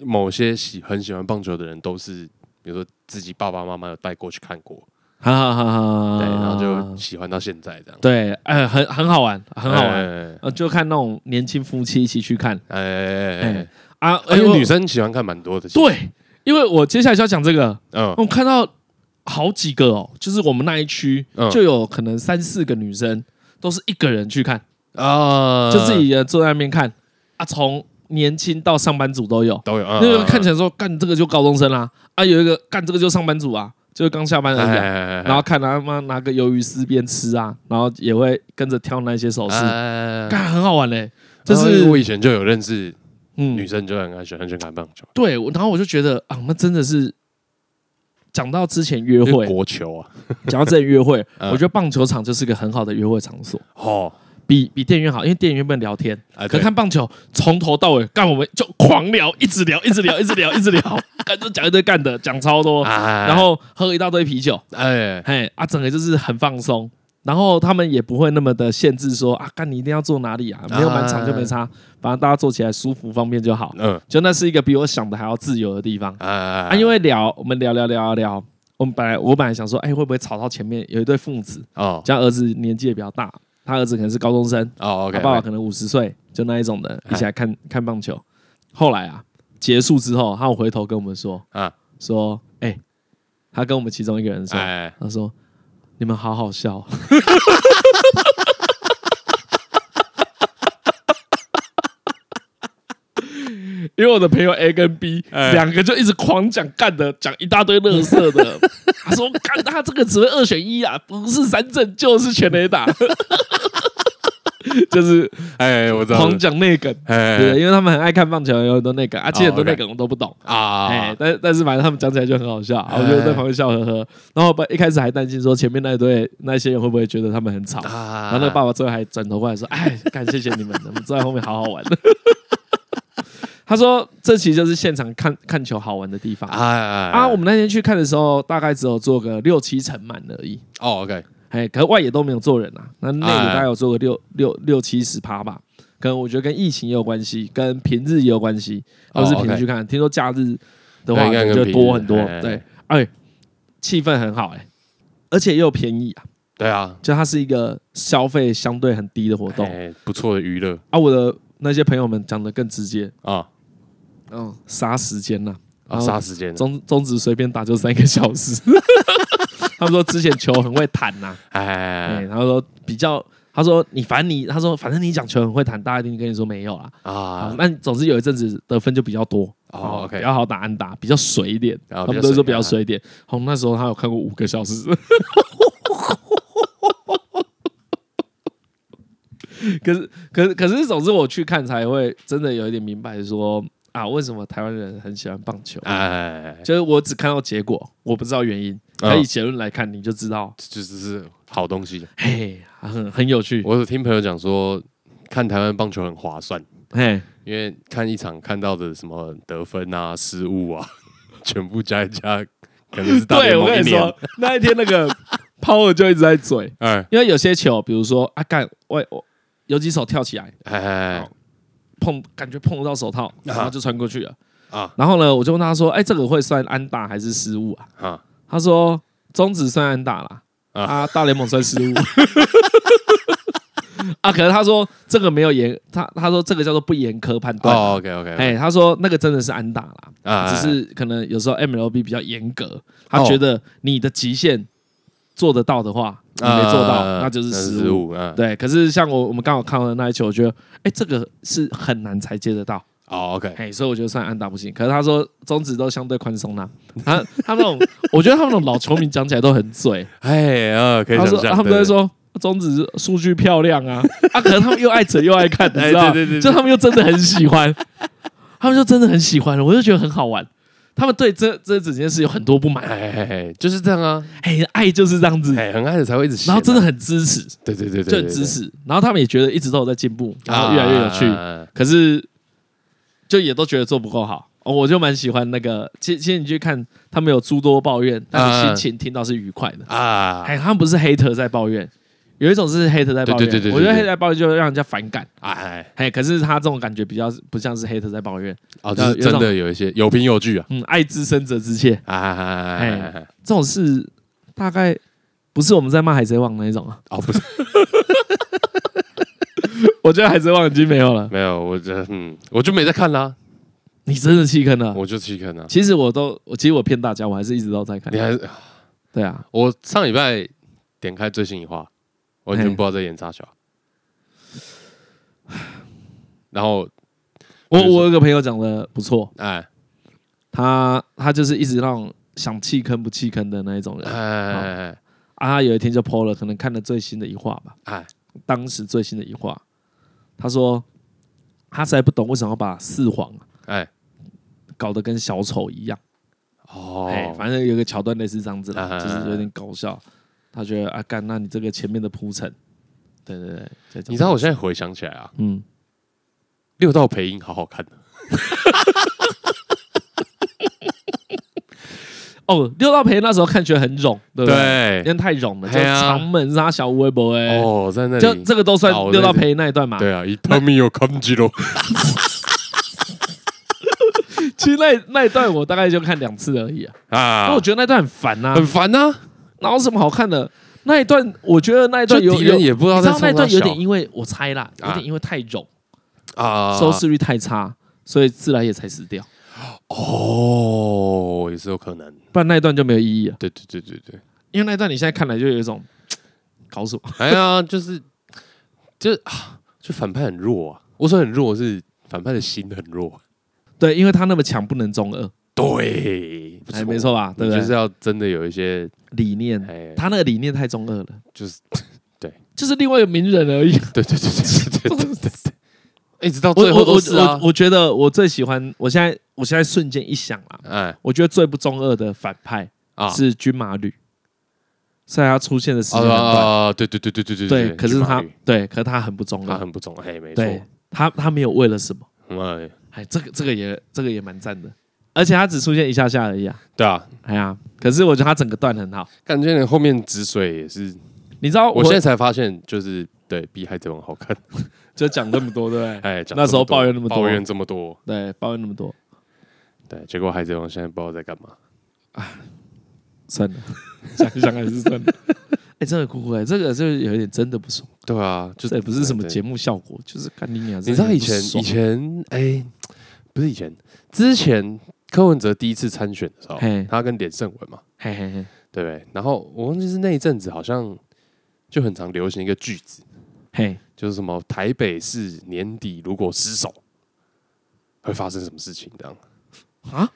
Speaker 1: 某些喜很喜欢棒球的人都是，比如说自己爸爸妈妈有带过去看过，
Speaker 2: 哈哈哈哈，
Speaker 1: 对，然后就喜欢到现在这样，
Speaker 2: 对，哎、很很好玩，啊很好玩。
Speaker 1: 哎
Speaker 2: 呃，就看那种年轻夫妻一起去看
Speaker 1: 哎哎哎哎，
Speaker 2: 啊，
Speaker 1: 而且
Speaker 2: 我
Speaker 1: 女生喜欢看蛮多的，其实，
Speaker 2: 对，因为我接下来就要讲这个，
Speaker 1: 嗯
Speaker 2: 我看到好几个哦，就是我们那一区、
Speaker 1: 嗯
Speaker 2: 就有可能三四个女生都是一个人去看，
Speaker 1: 啊，
Speaker 2: 就自己呃坐在那边看啊，从年轻到上班族都有。
Speaker 1: 都有，嗯那
Speaker 2: 那个看起来说干这个就高中生啦、啊，有一个干这个就上班族啊，就是刚下班
Speaker 1: 哎
Speaker 2: 而已啊、
Speaker 1: 来
Speaker 2: 然后看他妈拿个鱿鱼丝边吃啊，然后也会跟着跳那些手势，
Speaker 1: 哎是，
Speaker 2: 干很好玩嘞、
Speaker 1: 就
Speaker 2: 就是是
Speaker 1: 我以前就有认识
Speaker 2: 嗯
Speaker 1: 女，生，就很喜欢去看棒球，
Speaker 2: 对，我然后我就觉得啊，那真的是讲到之前约
Speaker 1: 因
Speaker 2: 会
Speaker 1: 为，国球啊，
Speaker 2: 讲到这里约会，
Speaker 1: 嗯
Speaker 2: 我觉得棒球场就是个很好的约会场所，
Speaker 1: 哦，
Speaker 2: 比比电影院好，因为电影院不能聊天，
Speaker 1: 啊，
Speaker 2: 可
Speaker 1: 对
Speaker 2: 看棒球从头到尾干，我们就狂聊，一直聊，一直聊，一直聊，一直 聊，干就讲一堆干的，讲超多，
Speaker 1: 哎
Speaker 2: 然后喝一大堆啤酒，
Speaker 1: 哎，
Speaker 2: 嘿啊，整个就是很放松。然后他们也不会那么的限制说啊，干你一定要坐哪里啊，没有满场就没差，反正大家坐起来舒服方便就好。
Speaker 1: 嗯，
Speaker 2: 就那是一个比我想的还要自由的地方。
Speaker 1: 哎哎
Speaker 2: 啊，因为聊我们聊聊聊聊，我们本来我本来想说，哎、会不会吵到前面有一对父子，
Speaker 1: 哦
Speaker 2: 像儿子年纪也比较大，他儿子可能是高中生，
Speaker 1: 哦，OK，
Speaker 2: 他爸爸可能五十岁，就那一种的，
Speaker 1: 哎
Speaker 2: 一起来看看棒球。后来啊，结束之后，他有回头跟我们说，
Speaker 1: 啊，
Speaker 2: 说，哎、他跟我们其中一个人说，
Speaker 1: 哎，
Speaker 2: 他说，你们好好笑 哦，因为我的朋友 A 跟 B
Speaker 1: 哎
Speaker 2: 两个就一直狂讲干的，讲一大堆乐色 的。他说 干他这个只会二选一啊，不是三振就是全垒打。就是
Speaker 1: 哎，我知道
Speaker 2: 狂
Speaker 1: 了，
Speaker 2: 讲内梗，对，
Speaker 1: 哎
Speaker 2: 因为他们很爱看棒球，有很多内梗啊，其实很多
Speaker 1: 哦，OK
Speaker 2: 内梗我都不懂。哎、
Speaker 1: 啊，
Speaker 2: 但但是反正他们讲起来就很好笑，我就在旁边笑呵呵。然后我一开始还担心说前面那一对那些人会不会觉得他们很吵，然
Speaker 1: 然
Speaker 2: 后那个爸爸最后还转头过来说：“哎，感谢谢你们，我们坐在后面好好玩。” 他说：“这其实就是现场看看球好玩的地方啊！
Speaker 1: 啊
Speaker 2: 啊，我们那天去看的时候，大概只有坐个六七成满而已，
Speaker 1: 哦，OK，
Speaker 2: 哎，可是外野都没有坐人啊，那内野
Speaker 1: 哎
Speaker 2: 大概有坐个六六六七十趴吧。可能我觉得跟疫情也有关系，跟平日也有关系。
Speaker 1: 哦
Speaker 2: 要是平
Speaker 1: OK
Speaker 2: 日去看，听说假日的
Speaker 1: 对
Speaker 2: 话
Speaker 1: 应该跟
Speaker 2: 就
Speaker 1: 平
Speaker 2: 多
Speaker 1: 日
Speaker 2: 很多
Speaker 1: 哎哎哎。
Speaker 2: 对，哎，气氛很好哎、而且又便宜啊，
Speaker 1: 对啊，
Speaker 2: 就它是一个消费相对很低的活动。
Speaker 1: 哎，不错的娱乐
Speaker 2: 啊，我的那些朋友们讲的更直接，
Speaker 1: 啊，
Speaker 2: 嗯，杀时间呐、
Speaker 1: 啊，
Speaker 2: 然后
Speaker 1: 杀时间，
Speaker 2: 中中指随便打就三个小时。 他们说之前球很会弹呐、哎、
Speaker 1: 哎
Speaker 2: 然后说比较，他说你反正你，他说反正你讲球很会弹，大家一定跟你说没有啦。啊
Speaker 1: 啊，
Speaker 2: 那总之有一阵子得分就比较多
Speaker 1: 哦，OK
Speaker 2: 比较好打安打，比较水一点。
Speaker 1: 然后
Speaker 2: 他们都哦说比较水一点。哦，那时候他有看过五个小时。可是，可是，可是，总之我去看才会真的有一点明白说啊，为什么台湾人很喜欢棒球？
Speaker 1: 哎，
Speaker 2: 就是我只看到结果，我不知道原因。
Speaker 1: 嗯
Speaker 2: 他以结论来看，你就知道，
Speaker 1: 就只是好东西。
Speaker 2: 嘿，很很有趣，
Speaker 1: 我有听朋友讲说，看台湾棒球很划算，
Speaker 2: 嘿，
Speaker 1: 因为看一场看到的什么得分啊、失误啊，全部加一加，可能是大联
Speaker 2: 对，我
Speaker 1: 盟
Speaker 2: 跟
Speaker 1: 一
Speaker 2: 你
Speaker 1: 年
Speaker 2: 说。， 那一天那 个 Power 就一直在嘴，
Speaker 1: 哎
Speaker 2: 因为有些球，比如说啊，干，我我有几手跳起来
Speaker 1: 哎哎
Speaker 2: 碰，感觉碰不到手套，然后就穿过去了。
Speaker 1: 啊
Speaker 2: 然后呢，我就问他说：“哎、这个会算安打还是失误啊
Speaker 1: 啊！？”
Speaker 2: 他说：“中指算安打啦，
Speaker 1: 啊
Speaker 2: 啊，大联盟 算失误。”啊，可是他说这个没有严，他他说这个叫做不严苛判断。
Speaker 1: 哦，OK OK，
Speaker 2: 哎、他说那个真的是安打啦，
Speaker 1: 啊
Speaker 2: 只是可能有时候 MLB 比较严格，他
Speaker 1: 哦
Speaker 2: 觉得你的极限做得到的话，你没做到，
Speaker 1: 呃
Speaker 2: 那就是失误。
Speaker 1: 误啊。
Speaker 2: 对，可是像我我们刚好看到的那一球，我觉得，哎、这个是很难才接得到，
Speaker 1: 哦，OK，
Speaker 2: 哎、所以我觉得算安打不行。可是他说中指都相对宽松啦，他他那种，我觉得他们那种老球迷讲起来都很嘴，
Speaker 1: 哎啊， 可以
Speaker 2: 他
Speaker 1: 想
Speaker 2: 说
Speaker 1: 象，
Speaker 2: 他们都会
Speaker 1: 对，
Speaker 2: 说中指数据漂亮啊，啊，可能他们又爱扯又爱看，你知道吗？
Speaker 1: 哎对对对对
Speaker 2: 就他们又真的很喜 欢，他们就真的很喜欢，我就觉得很好玩。他们对这这整件事有很多不满，啊
Speaker 1: 哎哎哎，就是这样啊，
Speaker 2: 哎、爱就是这样子，
Speaker 1: 哎，很爱的才会一直闲啊，
Speaker 2: 然后真的很支持，
Speaker 1: 对，对对对
Speaker 2: 就
Speaker 1: 对，
Speaker 2: 很
Speaker 1: 对
Speaker 2: 支持，然后他们也觉得一直都有在进步，然后越来越有趣，
Speaker 1: 啊啊啊啊
Speaker 2: 可是就也都觉得做不够好。哦，我就蛮喜欢那个，其实其实你去看，他们有诸多抱怨，但是
Speaker 1: 啊
Speaker 2: 心情听到是愉快的。
Speaker 1: 啊
Speaker 2: 哎，他们不是 hater 在抱怨，有一种是 hater 在抱怨。
Speaker 1: 对对对对对
Speaker 2: 我觉得 hater 在抱怨就会让人家反感。
Speaker 1: 哎，
Speaker 2: 哎，可是他这种感觉比较不像是 hater 在抱怨，
Speaker 1: 哦，就是
Speaker 2: 有一种
Speaker 1: 真的有一些有凭有据啊，
Speaker 2: 嗯，爱之深责之切
Speaker 1: 啊啊啊啊啊啊，
Speaker 2: 这种事，大概不是我们在骂海贼王那一种啊。
Speaker 1: 哦，不是，
Speaker 2: 我觉得海贼王已经没有了，
Speaker 1: 没有，我这嗯，我就没在看啦，
Speaker 2: 你真的弃坑了。
Speaker 1: 我就去看啦。
Speaker 2: 啊其实我都，我其实我骗大家，我还是一直都在看
Speaker 1: 你。还
Speaker 2: 对啊，
Speaker 1: 我上礼拜点开最新一话，完全
Speaker 2: 嘿
Speaker 1: 不知道在演啥小，然后
Speaker 2: 我
Speaker 1: 就是
Speaker 2: 我有个朋友讲的不错，
Speaker 1: 哎
Speaker 2: 他他就是一直那种想弃坑不弃坑的那一种人
Speaker 1: 哎
Speaker 2: 啊。
Speaker 1: 哎
Speaker 2: 他有一天就 PO 了，可能看了最新的一话吧，
Speaker 1: 哎
Speaker 2: 当时最新的一话，他说他实在不懂为什么要把四皇
Speaker 1: 哎
Speaker 2: 搞得跟小丑一样。
Speaker 1: 哦
Speaker 2: 哎、，反正有个桥段类似这样子啦，
Speaker 1: 啊
Speaker 2: 就是有点搞笑。他觉得啊，干，那你这个前面的铺陈，对对对，在讲
Speaker 1: 你知道我现在回想起来啊，
Speaker 2: 嗯，
Speaker 1: 六道配音好好看啊的
Speaker 2: 哦，六道培那时候看觉得很冗，对不对？因
Speaker 1: 对
Speaker 2: 为太冗了，就
Speaker 1: 嘿啊
Speaker 2: 长门杀小微博哎，
Speaker 1: 哦，在那
Speaker 2: 就
Speaker 1: 里
Speaker 2: 这个都算
Speaker 1: 哦
Speaker 2: 六道培那一段嘛。
Speaker 1: 对啊，一他们有看肌肉
Speaker 2: 其实那那一段我大概就看两次而已啊，因为
Speaker 1: 啊
Speaker 2: 我，觉得那一段很烦呐，
Speaker 1: 很烦啊呐，
Speaker 2: 哪有什么好看的？那一段我觉得那一
Speaker 1: 就
Speaker 2: 段有
Speaker 1: 敌人
Speaker 2: 有。
Speaker 1: 也不知
Speaker 2: 你
Speaker 1: 道
Speaker 2: 知
Speaker 1: 在
Speaker 2: 道那
Speaker 1: 冲
Speaker 2: 一段有
Speaker 1: 啥
Speaker 2: 点
Speaker 1: 小
Speaker 2: 因为我猜啦，有
Speaker 1: 啊
Speaker 2: 点因为太冗，
Speaker 1: 啊，
Speaker 2: 收视率太差，所以自然也才死掉，
Speaker 1: 哦，也是有可能，
Speaker 2: 不然那一段就没有意义了。啊
Speaker 1: 对对对对对，
Speaker 2: 因为那一段你现在看来就有一种搞什么，
Speaker 1: 哎呀，就是就啊，就反派很弱啊，我说很弱是反派的心很弱，
Speaker 2: 对，因为他那么强，不能中二，
Speaker 1: 对，不
Speaker 2: 哎，没，错吧？对
Speaker 1: 你
Speaker 2: 不
Speaker 1: 就是
Speaker 2: 对？
Speaker 1: 要真的有一些
Speaker 2: 理念，
Speaker 1: 哎，
Speaker 2: 他那个理念太中二了，
Speaker 1: 就是对，
Speaker 2: 就是另外一个名人而已。
Speaker 1: 对对对对对对对对，一直到
Speaker 2: 我
Speaker 1: 最后
Speaker 2: 我
Speaker 1: 都
Speaker 2: 我
Speaker 1: 是啊
Speaker 2: 我，我觉得我最喜欢，我现在我现在瞬间一想啊，
Speaker 1: 哎
Speaker 2: 我觉得最不中二的反派
Speaker 1: 啊，
Speaker 2: 是军马吕，虽然他出现的时间很短，
Speaker 1: 啊，对对对对对对
Speaker 2: 对，可是他
Speaker 1: 去
Speaker 2: 对，可是他很不中
Speaker 1: 马吕他
Speaker 2: 二，
Speaker 1: 很不中，嘿，没错，
Speaker 2: 对他他没有为了什么，
Speaker 1: 嗯，
Speaker 2: 哎，这个这个也这个也蛮赞的，而且他只出现一下下而已啊，
Speaker 1: 对啊，
Speaker 2: 哎呀，可是我觉得他整个段很好，
Speaker 1: 感觉你后面止水也是，
Speaker 2: 你知道
Speaker 1: 我现在才发现，就是对《碧海贼王》好看，
Speaker 2: 就讲这么多，对不对？
Speaker 1: 哎，讲
Speaker 2: 那时
Speaker 1: 这么
Speaker 2: 候
Speaker 1: 多
Speaker 2: 抱怨那么多
Speaker 1: 抱怨这么多，
Speaker 2: 对，抱怨那么多，
Speaker 1: 对，结果《海贼王》现在不知道在干嘛，
Speaker 2: 算 了，想一想还是算了。 哎、真的哭哭哎、这个就有一点真的不爽，
Speaker 1: 对啊，就
Speaker 2: 这也不是什么节
Speaker 1: 目，
Speaker 2: 目效果，就是看你俩。
Speaker 1: 你知道以前以前哎，不是以前，之前柯文哲第一次参选的时候
Speaker 2: 嘿，
Speaker 1: 他跟连胜文嘛，
Speaker 2: 嘿嘿嘿
Speaker 1: 对不对？然后我忘记是那一阵子好像就很常流行一个句子。
Speaker 2: 嘿，
Speaker 1: 就是什么台北市年底如果失守，会发生什么事情这样
Speaker 2: 啊？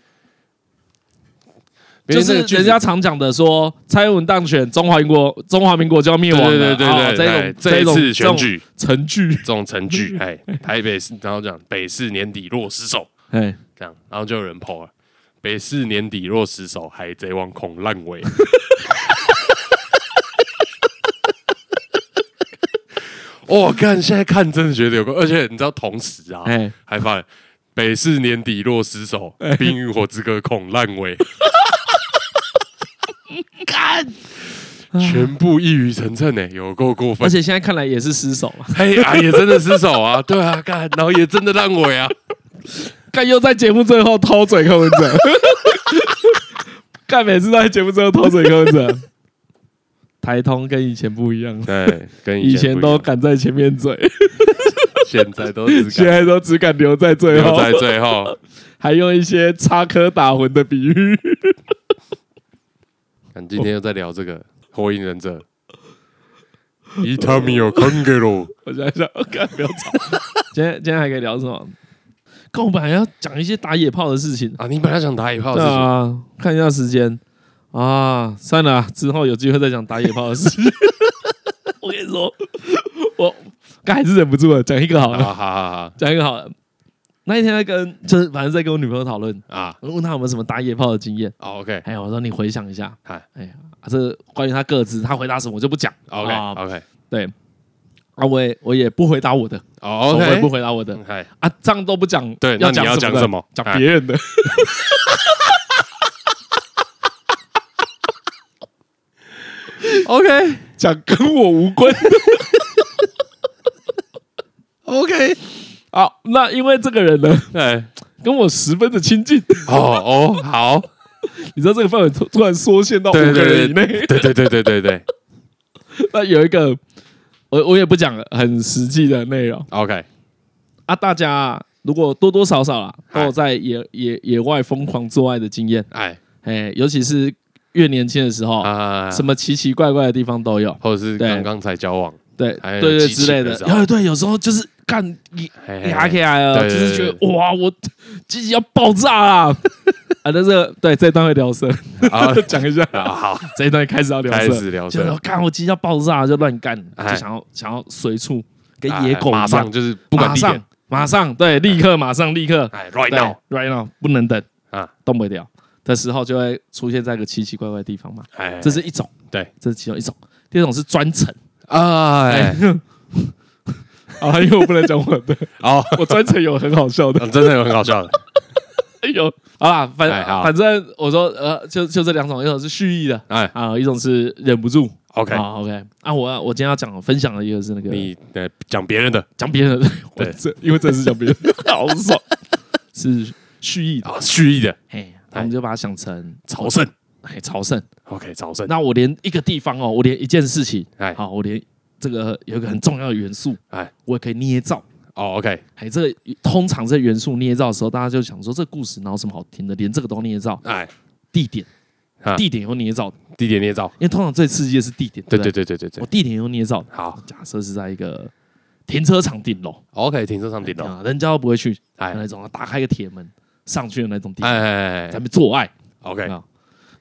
Speaker 1: 别
Speaker 2: 就
Speaker 1: 那
Speaker 2: 是
Speaker 1: 个句
Speaker 2: 人
Speaker 1: 子
Speaker 2: 家常讲的说，蔡英文当选，中华民国中华民国就要灭
Speaker 1: 对
Speaker 2: 亡
Speaker 1: 对对
Speaker 2: 了。
Speaker 1: 对
Speaker 2: 哦
Speaker 1: 对，哎这
Speaker 2: 这
Speaker 1: 一
Speaker 2: 种
Speaker 1: 次
Speaker 2: 这种
Speaker 1: 选举
Speaker 2: 这种成句，
Speaker 1: 这种成句，哎，台北市然后讲北市年底若失守
Speaker 2: 哎，
Speaker 1: 这样，然后就有人 PO 了。北市年底若失守，海贼王恐烂 尾。我看、哦现在看真的觉得有个，而且你知道同时啊，
Speaker 2: 哎
Speaker 1: 还发了北市年底若失守，《冰与火之歌》恐烂 尾，干，全部一语成谶呢，有够过分
Speaker 2: 而。且现在看来也是失手了，
Speaker 1: 嘿啊，也真的失手啊，对啊，干，然后也真的烂尾啊，
Speaker 2: 干又在节目最后偷嘴柯文 哲，干每次都在节目最后偷嘴柯文哲。台通跟以前不一样，
Speaker 1: 对，跟
Speaker 2: 以前都
Speaker 1: 不一样，
Speaker 2: 敢在前面嘴，
Speaker 1: 现在都只
Speaker 2: 现
Speaker 1: 敢
Speaker 2: 在都只敢留在最
Speaker 1: 留
Speaker 2: 后，
Speaker 1: 在最后，
Speaker 2: 还用一些插科打诨的比喻。
Speaker 1: 看今天又在聊这个《火影忍者》。 伊塔米有坑给喽，
Speaker 2: 我想一想，我干不要吵。今天今天还可以聊什么？跟我本来要讲一些打野炮的事情，
Speaker 1: 啊！你本来想打野炮
Speaker 2: 对
Speaker 1: 的事情，
Speaker 2: 啊，看一下时间啊，算了，之后有机会再讲打野炮的事情。 我跟你说，我刚还是忍不住了，讲一个好
Speaker 1: 啊
Speaker 2: 了，
Speaker 1: 哈哈
Speaker 2: 讲一个好了。那一天在跟就是反正在跟我女朋友讨论，
Speaker 1: 哈啊！
Speaker 2: 我问她有没有什么打野炮的经验。
Speaker 1: 哦，OK
Speaker 2: 哎，我说你回想一下，
Speaker 1: 嗨
Speaker 2: 哎呀，啊这关于她各自，她回答什么我就不讲
Speaker 1: OK 哦
Speaker 2: 啊
Speaker 1: OK
Speaker 2: 对，啊，我也我也不回答我的
Speaker 1: 哦
Speaker 2: 我也
Speaker 1: ，OK
Speaker 2: 不回答我的，
Speaker 1: OK，
Speaker 2: 啊，这样都不讲，
Speaker 1: 对那你要讲
Speaker 2: 什
Speaker 1: 什么哎
Speaker 2: 讲别人的。OK，讲跟我无关。OK，好，那因为这个人呢，
Speaker 1: 哎，
Speaker 2: 跟我十分的亲近，
Speaker 1: 哦哦，好，
Speaker 2: 你知道这个范围突突然缩限到五
Speaker 1: 对
Speaker 2: 个
Speaker 1: 对
Speaker 2: 人以
Speaker 1: 对
Speaker 2: 内。
Speaker 1: 对对对对对对
Speaker 2: 那有一个，我我也不讲了，很实际的内容
Speaker 1: ，OK，
Speaker 2: 啊，大家如果多多少少啦，都有
Speaker 1: 嗨
Speaker 2: 在野野野外疯狂做爱的经验。
Speaker 1: 哎
Speaker 2: 哎，尤其是越年轻的时候，
Speaker 1: 啊，
Speaker 2: 哦什么奇奇怪怪的地方都有，
Speaker 1: 或者是
Speaker 2: 对
Speaker 1: 刚刚才交往，
Speaker 2: 对
Speaker 1: 还有
Speaker 2: 对对
Speaker 1: 激情
Speaker 2: 之类
Speaker 1: 的
Speaker 2: 的
Speaker 1: 时。候
Speaker 2: 然后对，有时候就是干你
Speaker 1: 嘿
Speaker 2: 你 R K I
Speaker 1: 哎
Speaker 2: 了，
Speaker 1: 对
Speaker 2: 就
Speaker 1: 对
Speaker 2: 是觉
Speaker 1: 对
Speaker 2: 得哇，我自己要爆炸啦！ 啊，但是对这一段会聊色，
Speaker 1: 啊
Speaker 2: 讲 一下，
Speaker 1: 啊好，
Speaker 2: 这一段开始要 聊
Speaker 1: 开
Speaker 2: 色，
Speaker 1: 始聊
Speaker 2: 就
Speaker 1: 色
Speaker 2: 是，看我自己要爆炸就乱干，
Speaker 1: 哎
Speaker 2: 就想要想要随处跟
Speaker 1: 哎
Speaker 2: 野狗一
Speaker 1: 马上
Speaker 2: 样，
Speaker 1: 就是不管
Speaker 2: 马
Speaker 1: 地点
Speaker 2: 上，马上对，立刻马上立刻
Speaker 1: 哎，right
Speaker 2: 对
Speaker 1: now
Speaker 2: right now 不能等
Speaker 1: 啊，
Speaker 2: 动不了的时候就会出现在一个奇奇怪怪的地方嘛。
Speaker 1: 哎，
Speaker 2: 这是一种，
Speaker 1: 对，
Speaker 2: 这是其中一种。第二种是专程，
Speaker 1: 哎
Speaker 2: 哎，啊，因为我不能讲我 的，
Speaker 1: 哦，
Speaker 2: 我专程有很 好笑的，
Speaker 1: 啊真的有很好笑的，
Speaker 2: 有啊，反
Speaker 1: 哎好
Speaker 2: 反正我说呃，就就这两种，一种是蓄意的
Speaker 1: 哎
Speaker 2: 啊，一种是忍不住。
Speaker 1: ，OK，
Speaker 2: 啊，OK，啊，我我今天要讲分享的一个是那个
Speaker 1: 你呃讲别人的
Speaker 2: 讲别人的，我
Speaker 1: 对
Speaker 2: 这因为这是讲别人的， 好爽，是蓄意的，
Speaker 1: 啊，蓄意的
Speaker 2: 嘿，
Speaker 1: 哎
Speaker 2: 我们就把它想成
Speaker 1: 朝圣
Speaker 2: 哎朝圣。
Speaker 1: ，OK，朝圣，
Speaker 2: 那我连一个地方哦，我连一件事情，
Speaker 1: 哎，
Speaker 2: 好，我连这个有一个很重要的元素，
Speaker 1: 哎，
Speaker 2: 我也可以捏造。
Speaker 1: 哦，OK，
Speaker 2: 哎，这个通常这元素捏造的时候，大家就想说这故事哪有什么好听的，连这个都捏造。
Speaker 1: 哎，
Speaker 2: 地点
Speaker 1: 啊，
Speaker 2: 地点也会捏造的，
Speaker 1: 地点捏造，
Speaker 2: 因为通常最刺激的是地点。
Speaker 1: 对
Speaker 2: 不
Speaker 1: 对，对对对对，
Speaker 2: 我地点也会捏造的。
Speaker 1: 好
Speaker 2: 假设是在一个停车场顶楼，
Speaker 1: ，OK，停车场顶楼，
Speaker 2: 啊，人家都不会去
Speaker 1: 哎，
Speaker 2: 那种啊打开个铁门上去的那种地
Speaker 1: 哎
Speaker 2: 方，
Speaker 1: 哎哎
Speaker 2: 咱们做爱
Speaker 1: ，OK，
Speaker 2: 啊。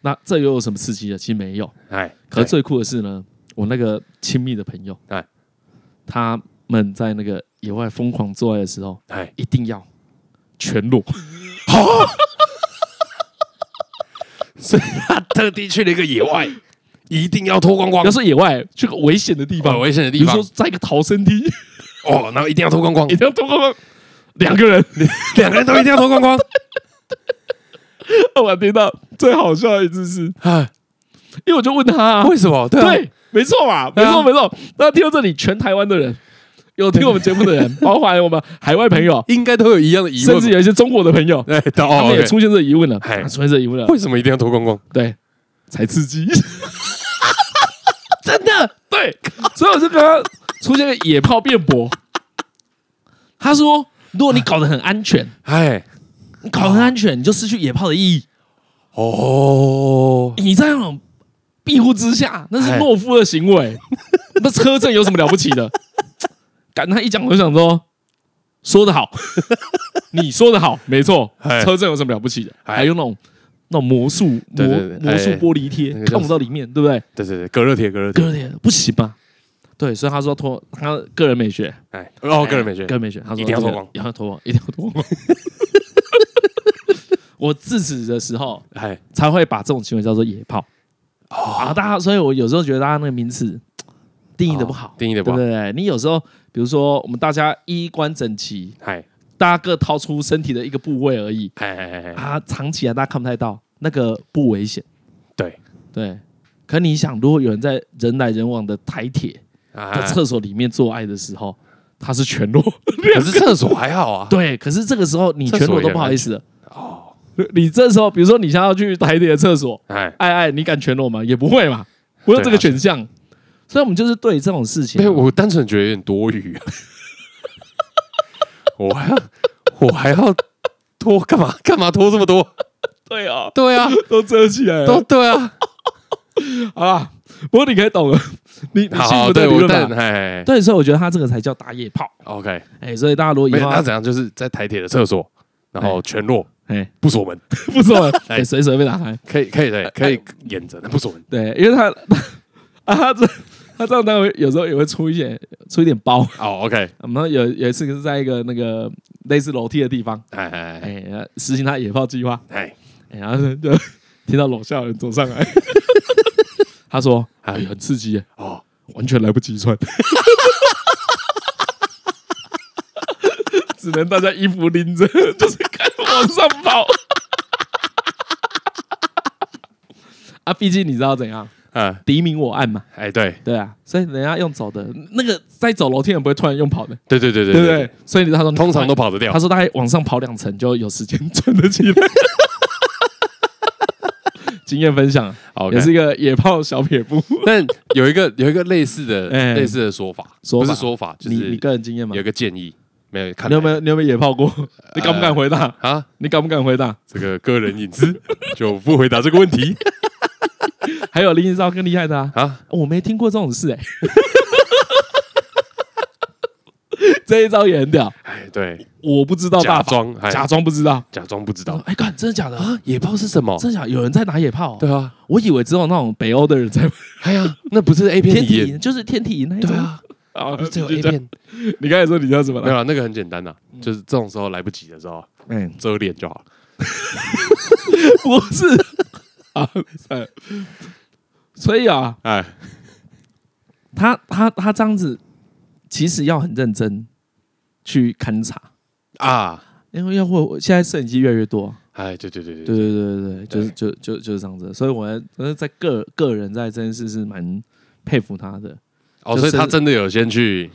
Speaker 2: 那这又有什么刺激的？其实没有。
Speaker 1: 哎，
Speaker 2: 可是
Speaker 1: 对
Speaker 2: 最酷的是呢，我那个亲密的朋友，
Speaker 1: 哎，
Speaker 2: 他们在那个野外疯狂做爱的时候，
Speaker 1: 哎，
Speaker 2: 一定要全裸，
Speaker 1: 所以他特地去了一个野外，一定要脱光光
Speaker 2: 要，说野外去个危险的地
Speaker 1: 很
Speaker 2: 方，
Speaker 1: 哦危险的
Speaker 2: 比
Speaker 1: 地
Speaker 2: 如
Speaker 1: 方
Speaker 2: 说在一个逃生梯，
Speaker 1: 哦，然后一定要脱光光
Speaker 2: 一，定要脱光光，两 个人，
Speaker 1: 两个人都一定要脱光光，
Speaker 2: 我听到最好笑的一次是，
Speaker 1: 哎，
Speaker 2: 因为我就问他、啊，
Speaker 1: 为什么？对啊
Speaker 2: 对，没错嘛，
Speaker 1: 对
Speaker 2: 没
Speaker 1: 啊
Speaker 2: 错没错。那听到这里，全台湾的人有听我们节目的 人，包含我们海外朋友，
Speaker 1: 应该都有一样的疑
Speaker 2: 甚至
Speaker 1: 问。
Speaker 2: 有一些中国的朋友，
Speaker 1: 哎，到
Speaker 2: 他
Speaker 1: 哦
Speaker 2: 们也
Speaker 1: OK
Speaker 2: 出现这个疑问了，
Speaker 1: 嗨
Speaker 2: 出现这个疑问了，
Speaker 1: 为什么一定要脱光光？
Speaker 2: 对，才刺激，
Speaker 1: 真的
Speaker 2: 对，所以我就刚刚出现了野炮辩驳。他说，如果你搞得很安全，
Speaker 1: 哎
Speaker 2: 你搞得很安全，你就失去野炮的意义。
Speaker 1: 哦，
Speaker 2: 你在那种庇护之下，那是
Speaker 1: 哎
Speaker 2: 懦夫的行为。 那车震有什么了不起的？敢他一讲，我就想说，说 得好，你说的好，没错
Speaker 1: 哎。
Speaker 2: 车震有什么了不起的？
Speaker 1: 哎
Speaker 2: 还有那种那种魔术魔
Speaker 1: 对对对
Speaker 2: 魔术
Speaker 1: 哎
Speaker 2: 玻璃贴
Speaker 1: 那，个叫
Speaker 2: 看不到里面，对不对？
Speaker 1: 对对对，隔热贴，隔热贴，
Speaker 2: 个人不行吧？对，所以他说脱他个人美学，
Speaker 1: 哎，哦，个人美学
Speaker 2: 个，人美学，他说
Speaker 1: 一定要
Speaker 2: 这
Speaker 1: 脱
Speaker 2: 个
Speaker 1: 光
Speaker 2: 一定要脱光，一定要脱光。 我自此的时候，
Speaker 1: 哎，
Speaker 2: 才会把这种行为叫做野炮。
Speaker 1: 哦
Speaker 2: 啊，大家，所以我有时候觉得大家那个名词定义的不好，
Speaker 1: 哦定义的
Speaker 2: 对
Speaker 1: 不
Speaker 2: 不
Speaker 1: 好，
Speaker 2: 对？你有时候，比如说我们大家衣冠整齐，
Speaker 1: 哎
Speaker 2: 大家各掏出身体的一个部位而已，
Speaker 1: 哎哎哎哎，
Speaker 2: 啊，藏起来大家看不太到，那个不危险。
Speaker 1: 对，
Speaker 2: 对，可你想，如果有人在人来人往的台铁在
Speaker 1: 啊，
Speaker 2: 厕所里面做爱的时候，哎 他是全裸，
Speaker 1: 可是厕所还好啊，
Speaker 2: 对，可是这个时候你全裸都不好意思了。
Speaker 1: 哦，
Speaker 2: 你这时候，比如说你想要去台铁的厕所，
Speaker 1: 哎，
Speaker 2: 爱爱，你敢全裸吗？也不会嘛，不用这个选项。所以，我们就是对这种事情啊
Speaker 1: 没，有，我单纯觉得有点多余啊，我还要我还要脱干嘛？干嘛脱这么多？
Speaker 2: 对啊，
Speaker 1: 对啊，
Speaker 2: 都遮起来
Speaker 1: 都
Speaker 2: 了，
Speaker 1: 对啊，
Speaker 2: 都啊。不过你可以懂了， 你你幸
Speaker 1: 好，
Speaker 2: 福的
Speaker 1: 对
Speaker 2: 理
Speaker 1: 我
Speaker 2: 论
Speaker 1: 但
Speaker 2: 吧？
Speaker 1: 哎
Speaker 2: 对，所以我觉得他这个才叫打野炮。
Speaker 1: ，OK，
Speaker 2: 哎，所以大家如果以
Speaker 1: 没有
Speaker 2: 后
Speaker 1: 那怎样？就是在台铁的厕所，然后全裸
Speaker 2: 哎，
Speaker 1: 不锁门，
Speaker 2: 不错，
Speaker 1: 哎
Speaker 2: 哎，随手被打开。
Speaker 1: 可以可以可以可以掩着，但不锁门。
Speaker 2: 对，因为他 啊，他这他这样当然有时候也会出一些出一点包。
Speaker 1: 哦，OK，
Speaker 2: 我们有有一次是在一个那个类似楼梯的地方，
Speaker 1: 哎哎哎
Speaker 2: 哎，实行他野炮计划，
Speaker 1: 哎
Speaker 2: 哎然后就听到楼下有人走上来，他说：“哎，很刺激耶，
Speaker 1: 哦，
Speaker 2: 完全来不及穿，只能大家衣服拎着， 就是开始往上跑。” 啊，毕竟你知道怎样，
Speaker 1: 啊
Speaker 2: 敌明我暗嘛，
Speaker 1: 哎，对
Speaker 2: 对啊，所以人家用走的，那个在走楼梯人不会突然用跑的，
Speaker 1: 对对对对
Speaker 2: 对不对？所以他说
Speaker 1: 通常都跑得掉
Speaker 2: 他。说大概往上跑两层就有时间穿得起 来。经验分享，
Speaker 1: OK
Speaker 2: 也是一个野炮小撇步。
Speaker 1: 但有一个有一个类似的
Speaker 2: 哎
Speaker 1: 类似的说法，
Speaker 2: 说
Speaker 1: 不
Speaker 2: 法
Speaker 1: 是说法，就
Speaker 2: 你你
Speaker 1: 是
Speaker 2: 个人经验吗
Speaker 1: 有一？呃个建议，没有看
Speaker 2: 你有
Speaker 1: 来
Speaker 2: 没有你有没有野炮过？你敢不敢回答？
Speaker 1: 啊？
Speaker 2: 你敢不敢回答？
Speaker 1: 这个个人隐私 就不回答这个问题
Speaker 2: 还有林一招更厉害的啊！
Speaker 1: 啊。
Speaker 2: 我没听过这种 事哎，这一招也很屌，
Speaker 1: 哎，对，
Speaker 2: 我不知道大
Speaker 1: 假
Speaker 2: 法，
Speaker 1: 装哎
Speaker 2: 假装不知道。
Speaker 1: 假装不知道
Speaker 2: 哎，干，真的假的？
Speaker 1: 啊？野炮是什么？
Speaker 2: 真的假的？有人在打野炮哦？
Speaker 1: 对啊，
Speaker 2: 我以为只有那种北欧的人在
Speaker 1: 哎呀，那不是 A 片
Speaker 2: 天
Speaker 1: 体
Speaker 2: 体
Speaker 1: 验
Speaker 2: 营，就是天体营那一种
Speaker 1: 对。啊，
Speaker 2: 啊
Speaker 1: 不是只有 A
Speaker 2: 你就这样
Speaker 1: 片，
Speaker 2: 你刚才说你叫什么
Speaker 1: 没有
Speaker 2: 了？
Speaker 1: 啊，那个很简单呐，就是这种时候来不及的时候
Speaker 2: 嗯，
Speaker 1: 遮脸就好了。
Speaker 2: 不是 啊，呃所以啊，
Speaker 1: 哎，
Speaker 2: 他他他这样子，其实要很认真去勘察，
Speaker 1: 啊，
Speaker 2: 因为要会现在摄影机越来越多，啊
Speaker 1: 哎，对对对对
Speaker 2: 对对对对对，就是就就就是这样子，所以我呃在个个人在这件事是蛮佩服他的。
Speaker 1: 哦，
Speaker 2: 就
Speaker 1: 所
Speaker 2: 是
Speaker 1: 以他真的有先去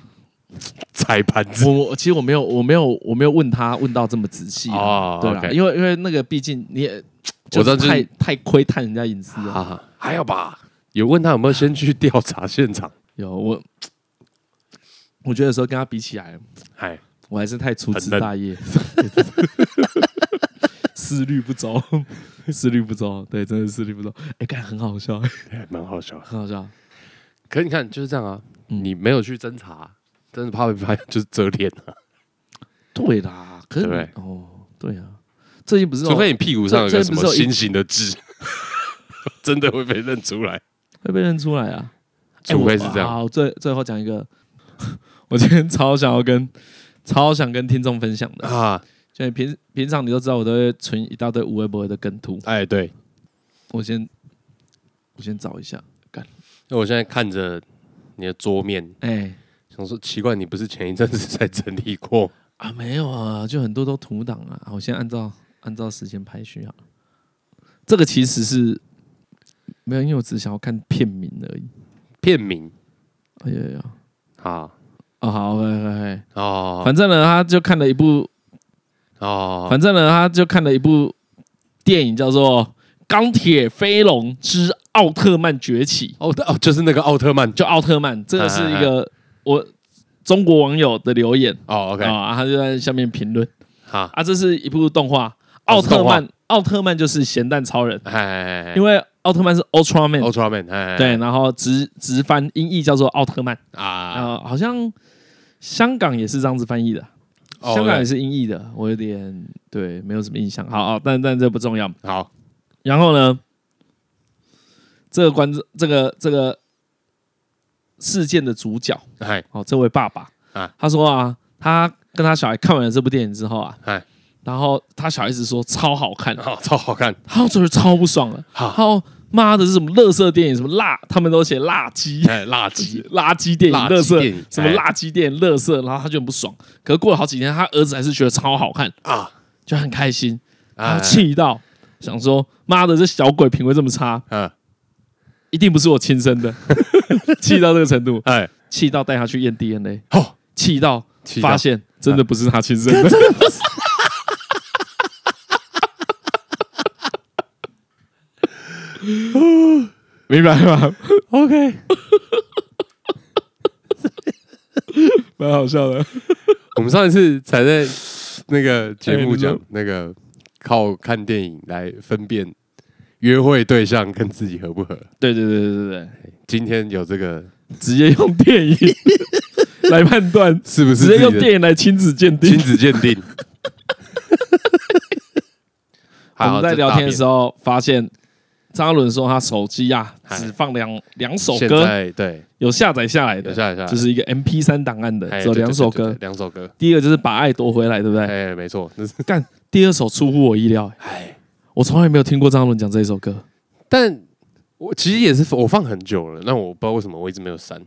Speaker 1: 踩盘子
Speaker 2: 我我其实我没有我没有我没有问他问到这么仔细啊
Speaker 1: 哦，
Speaker 2: 对啦，
Speaker 1: OK
Speaker 2: 因为因为那个毕竟你也
Speaker 1: 我知道
Speaker 2: 是
Speaker 1: 就是
Speaker 2: 太太窥探人家隐私了。
Speaker 1: 啊，还好吧？有问他有没有先去调查现场？
Speaker 2: 有我，我觉得有时候跟他比起来，
Speaker 1: 哎，
Speaker 2: 我还是太粗枝
Speaker 1: 很嫩
Speaker 2: 大叶， 思虑不周，思虑不周，对，真的思虑不周。哎，感觉很好笑，
Speaker 1: 哎蛮好笑的。
Speaker 2: 很好笑。
Speaker 1: 可你看就是这样啊，
Speaker 2: 嗯
Speaker 1: 你没有去侦查，真的怕被拍就是遮脸啊，
Speaker 2: 对啦，可是
Speaker 1: 对不
Speaker 2: 哦，对啊，最近不是有哦
Speaker 1: 除非你屁股上有
Speaker 2: 这
Speaker 1: 个
Speaker 2: 这
Speaker 1: 什
Speaker 2: 不
Speaker 1: 么
Speaker 2: 是 有一
Speaker 1: 新型的痣，真的会被认出来。
Speaker 2: 会被认出来啊？
Speaker 1: 除非是这样。
Speaker 2: 好，最最后讲一个， 我今天超想要跟超想跟听众分享的，
Speaker 1: 啊，
Speaker 2: 就平平常你都知道，我都会存一大堆无微不微的梗图。
Speaker 1: 哎，对，
Speaker 2: 我先我先找一下，
Speaker 1: 那我现在看着你的桌面，
Speaker 2: 哎、
Speaker 1: 想说奇怪，你不是前一阵子才整理过？
Speaker 2: 啊，没有啊，就很多都图档啊。我先按照按照时间排序啊。这个其实是没有，因为我只想要看片名而已。
Speaker 1: 片名
Speaker 2: 哎呀呀，
Speaker 1: 啊，
Speaker 2: 哦好，哎哎哎，
Speaker 1: 哦
Speaker 2: 反正呢，他就看了一部，
Speaker 1: 哦，
Speaker 2: 反正呢，他就看了一部电影，叫做《钢铁飞龙之奥特曼崛起》。
Speaker 1: 哦哦，就是那个奥特曼
Speaker 2: 就奥特曼，这个是一个我中国网友的留言
Speaker 1: 哦
Speaker 2: 啊、
Speaker 1: ，OK，
Speaker 2: 他就在下面评论
Speaker 1: 好，
Speaker 2: 啊，这是一部动画，
Speaker 1: 哦
Speaker 2: 奥
Speaker 1: 是动
Speaker 2: 特
Speaker 1: 画
Speaker 2: 曼，奥特曼就是咸蛋超人，
Speaker 1: 哎哎哎
Speaker 2: 因为奥特曼是 Ultra Man，
Speaker 1: ，Ultra Man，哎，
Speaker 2: 对，然后直直翻音译叫做奥特曼，
Speaker 1: 啊，
Speaker 2: 啊，好像香港也是这样子翻译的，
Speaker 1: 哦
Speaker 2: 香港也是音译的，我有点对没有什么印象，好，哦、但但这不重要，
Speaker 1: 好，
Speaker 2: 然后呢，这个观众这个这个事件的主角。
Speaker 1: 哎
Speaker 2: 哦，这位爸爸
Speaker 1: 啊
Speaker 2: 啊，他说啊，他跟他小孩看完了这部电影之后啊，
Speaker 1: 哎，
Speaker 2: 然后他小孩子说超好看，
Speaker 1: 哦，超好 看，
Speaker 2: 他就是超不爽了，
Speaker 1: 好
Speaker 2: 然后妈的是什么垃圾电影，什么辣，他们都写辣鸡。
Speaker 1: 哎，垃圾，
Speaker 2: 垃圾电影、
Speaker 1: 垃圾
Speaker 2: 垃圾
Speaker 1: 电影
Speaker 2: 什么
Speaker 1: 哎
Speaker 2: 垃圾电影、垃圾，然后他就很不爽。可是过了好几天，他儿子还是觉得超好看，
Speaker 1: 啊，
Speaker 2: 就很开心。他
Speaker 1: 哎，
Speaker 2: 气到想说：“妈的，这小鬼品味这么差，
Speaker 1: 嗯，
Speaker 2: 一定不是我亲生 的。”气到这个程度，
Speaker 1: 哎，
Speaker 2: 气到带他去验 DNA，
Speaker 1: 哦，
Speaker 2: 气到
Speaker 1: 气到
Speaker 2: 发现 真的不是他亲生的，明白吗？OK，蛮好笑的。
Speaker 1: 我们上一次才在那个节目讲
Speaker 2: 哎你说
Speaker 1: 那个靠看电影来分辨约会对象跟自己合不合，
Speaker 2: 对对对对对对，
Speaker 1: 今天有这个
Speaker 2: 直接用电 影来判断，
Speaker 1: 是不是
Speaker 2: 直接
Speaker 1: 自己
Speaker 2: 用
Speaker 1: 的
Speaker 2: 电影来亲子鉴定
Speaker 1: 亲。子鉴 定？
Speaker 2: 我们在聊天的时
Speaker 1: 候，
Speaker 2: 候发现，张嘉伦说他手机啊
Speaker 1: 嗨
Speaker 2: 只放两两
Speaker 1: 这
Speaker 2: 首
Speaker 1: 大便现
Speaker 2: 歌，
Speaker 1: 在对，
Speaker 2: 有下载下来
Speaker 1: 有
Speaker 2: 的，
Speaker 1: 下来下来，
Speaker 2: 就是一个 M P 三档案的，
Speaker 1: 哎
Speaker 2: 只有
Speaker 1: 对
Speaker 2: 两首歌。
Speaker 1: 对对对两首歌，
Speaker 2: 第一个就是《把爱夺回来》，对不对？
Speaker 1: 哎，没错，那是
Speaker 2: 干，第二首出乎我意料、欸，
Speaker 1: 哎，
Speaker 2: 我从来没有听过张翰伦讲这一首歌。
Speaker 1: 但我其实也是我放很久了，那我不知道为什么我一直没有删，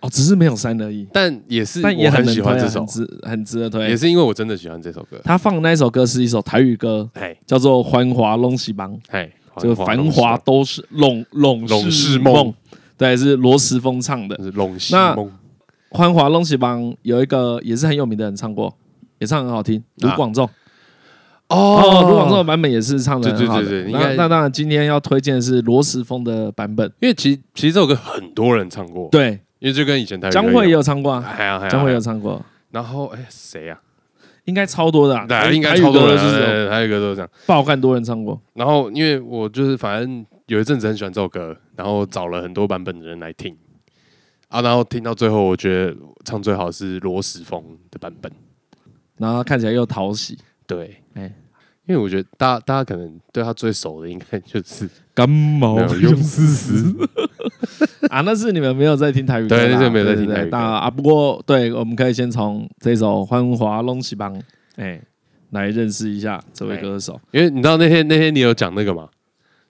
Speaker 2: 哦，只是没有删而已，
Speaker 1: 但也是
Speaker 2: 但也
Speaker 1: 我很
Speaker 2: 能
Speaker 1: 喜欢
Speaker 2: 推啊
Speaker 1: 这首
Speaker 2: 很，值很值得
Speaker 1: 也
Speaker 2: 推。
Speaker 1: 是因为我真的喜欢这首歌，
Speaker 2: 他放的那首歌是一首台语歌，
Speaker 1: 哎
Speaker 2: 叫做《繁华弄西忙》，
Speaker 1: 哎，
Speaker 2: 这个繁华都是拢拢
Speaker 1: 拢是
Speaker 2: 是
Speaker 1: 梦
Speaker 2: 梦，对，是罗时峰唱的。
Speaker 1: 是龙戏
Speaker 2: 那
Speaker 1: 梦
Speaker 2: 《繁华弄西忙》有一个也是很有名的人唱过，也唱得很好听，卢
Speaker 1: 啊
Speaker 2: 广仲。
Speaker 1: 哦
Speaker 2: 哦，卢广仲的版本也是唱的
Speaker 1: 对对
Speaker 2: 很好的。
Speaker 1: 对对应
Speaker 2: 那
Speaker 1: 该
Speaker 2: 那当然，今天要推荐的是罗时峰的版本。
Speaker 1: 因为其其实这首歌很多人唱过，，
Speaker 2: 对，
Speaker 1: 因为就跟以前台语歌
Speaker 2: 江
Speaker 1: 一
Speaker 2: 蕙
Speaker 1: 样，
Speaker 2: 也有唱过啊，
Speaker 1: 还有还有
Speaker 2: 江蕙
Speaker 1: 还
Speaker 2: 也
Speaker 1: 有
Speaker 2: 有，唱过，
Speaker 1: 然后哎谁呀？
Speaker 2: 应该超多的、啊，台
Speaker 1: 对，
Speaker 2: 语
Speaker 1: 应该
Speaker 2: 台语
Speaker 1: 超多哎
Speaker 2: 歌
Speaker 1: 人，
Speaker 2: 就是有
Speaker 1: 对还有一个都是这样。
Speaker 2: 爆干多人唱过。
Speaker 1: 然后因为我就是反正有一阵子很喜欢这首歌，然后找了很多版本的人来听啊，然后听到最后，我觉得唱最好是罗时峰的版本。
Speaker 2: 然后看起来又讨喜，
Speaker 1: 对，
Speaker 2: 哎
Speaker 1: 因为我觉得大家大家可能对他最熟的应该就是
Speaker 2: 感冒
Speaker 1: 没有用
Speaker 2: 思思 啊，那是你们没有在听台语歌啦，
Speaker 1: 对那是没有在听
Speaker 2: 对对对
Speaker 1: 台语歌
Speaker 2: 那啊，不过对，我们可以先从这首《欢华隆起邦》哎来认识一下这
Speaker 1: 哎
Speaker 2: 位歌手。
Speaker 1: 因为你知道那天那天你有讲那个嘛，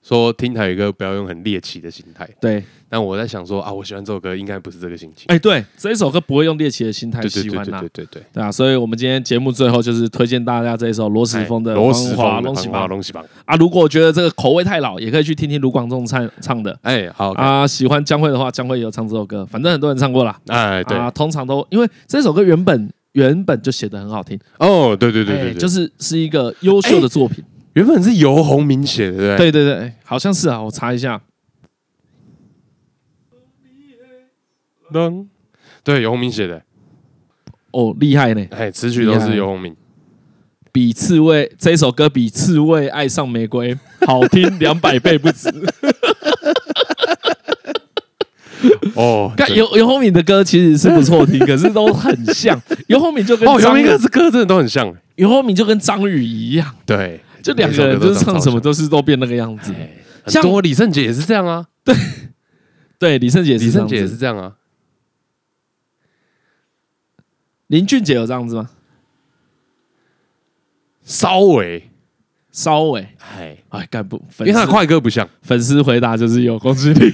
Speaker 1: 说听台语歌不要用很猎奇的心态。
Speaker 2: 对，
Speaker 1: 但我在想说啊，我喜欢这首歌应该不是这个心情。
Speaker 2: 哎，对，这一首歌不会用猎奇的心态
Speaker 1: 对对
Speaker 2: 喜
Speaker 1: 对
Speaker 2: 欢
Speaker 1: 对
Speaker 2: 呐
Speaker 1: 对，对对，
Speaker 2: 对啊，所以我们今天节目最后就是推荐大家这一首罗时峰的《
Speaker 1: 哎罗时
Speaker 2: 欢华
Speaker 1: 峰
Speaker 2: 隆
Speaker 1: 的
Speaker 2: 起
Speaker 1: 繁华
Speaker 2: 邦》
Speaker 1: 龙喜榜。
Speaker 2: 啊。如果觉得这个口味太老，也可以去听听卢广仲唱唱的。
Speaker 1: 哎，好，
Speaker 2: 啊，喜欢江蕙的话，江蕙也有唱这首歌，反正很多人唱过啦。
Speaker 1: 哎，对，
Speaker 2: 啊，通常都因为这首歌原本原本就写的很好听，
Speaker 1: 哦，对对对
Speaker 2: 哎
Speaker 1: 对，对
Speaker 2: 就是是一个优秀的作品。
Speaker 1: 原本是由洪明写的，对不对？
Speaker 2: 对对对，哎好像是啊，我查一下。
Speaker 1: 噔，对，由洪明写的，
Speaker 2: 哦，厉害呢！
Speaker 1: 哎，词曲都是由洪明。
Speaker 2: 比刺猬这首歌比刺猬爱上玫瑰好听两百倍 不止。
Speaker 1: 哦，
Speaker 2: 看
Speaker 1: 对
Speaker 2: 尤尤鸿敏的歌其实是 不错听，可是都很像。尤鸿敏就跟
Speaker 1: 哦，
Speaker 2: 张
Speaker 1: 尤明哥这歌真的都很像，
Speaker 2: 尤鸿敏就跟张宇一样，
Speaker 1: 对，
Speaker 2: 就两个
Speaker 1: 每
Speaker 2: 人
Speaker 1: 首
Speaker 2: 就
Speaker 1: 歌
Speaker 2: 是
Speaker 1: 都
Speaker 2: 唱
Speaker 1: 长
Speaker 2: 什么
Speaker 1: 超
Speaker 2: 都是都变那个样子。
Speaker 1: 像，很多李圣杰也是这样啊，
Speaker 2: 对，李圣杰
Speaker 1: 李
Speaker 2: 是这
Speaker 1: 圣
Speaker 2: 样
Speaker 1: 杰也
Speaker 2: 子
Speaker 1: 是，这样啊，
Speaker 2: 林俊杰有这样子吗？
Speaker 1: 稍微，
Speaker 2: 稍微，
Speaker 1: 哎，
Speaker 2: 哎，干不，
Speaker 1: 因
Speaker 2: 粉
Speaker 1: 为他
Speaker 2: 丝
Speaker 1: 的快歌不像，
Speaker 2: 粉丝回答就是有攻击力。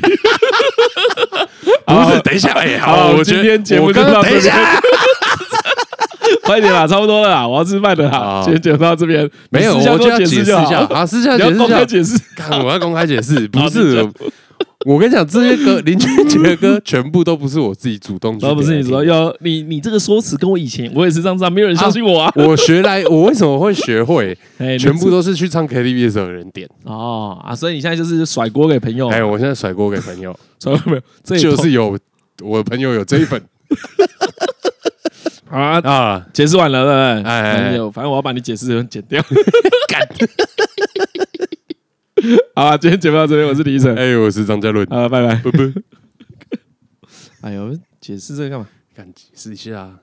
Speaker 1: 不是，等一下，哎，
Speaker 2: 哦好
Speaker 1: 好，我觉得
Speaker 2: 今天节目
Speaker 1: 我刚
Speaker 2: 就到
Speaker 1: 刚
Speaker 2: 这
Speaker 1: 等一
Speaker 2: 边
Speaker 1: 下，
Speaker 2: 快点啦，差不多了啦，我要吃饭了啦。
Speaker 1: 好
Speaker 2: 今天就到这边，
Speaker 1: 没有，
Speaker 2: 你私下
Speaker 1: 我
Speaker 2: 跟
Speaker 1: 就要
Speaker 2: 解
Speaker 1: 解释一
Speaker 2: 就好
Speaker 1: 下，啊，私下
Speaker 2: 你
Speaker 1: 解
Speaker 2: 要
Speaker 1: 释一
Speaker 2: 公
Speaker 1: 下
Speaker 2: 开，解 释。
Speaker 1: 看我要公开解释，不
Speaker 2: 好你
Speaker 1: 是
Speaker 2: 讲，
Speaker 1: 我跟你讲，这些歌林俊杰的歌全部都不是我自己主动去，
Speaker 2: 然后不是你 说。要你你这个说辞跟我以前我也是这样子啊，没有人相信我啊。
Speaker 1: 我学来，我为什么会学会？
Speaker 2: 哎，你
Speaker 1: 全部都是去唱 KTV 的时候有人点。
Speaker 2: 哦啊，所以你现在就是甩锅给朋友，
Speaker 1: 哎，我现在甩锅给 朋友，
Speaker 2: 甩锅没有，这也
Speaker 1: 就
Speaker 2: 痛
Speaker 1: 是有我朋友有这一份
Speaker 2: 好 啊，
Speaker 1: 啊，
Speaker 2: 结束完了对不对？
Speaker 1: 哎哎哎
Speaker 2: 哎，反正我要把你解释的剪掉。 好啊，今天节目到这边，我是李医 生，
Speaker 1: 哎，我是张嘉伦，
Speaker 2: 呃，拜拜。
Speaker 1: 不不，
Speaker 2: 哎呦，解释这个干嘛？
Speaker 1: 敢解释一下啊，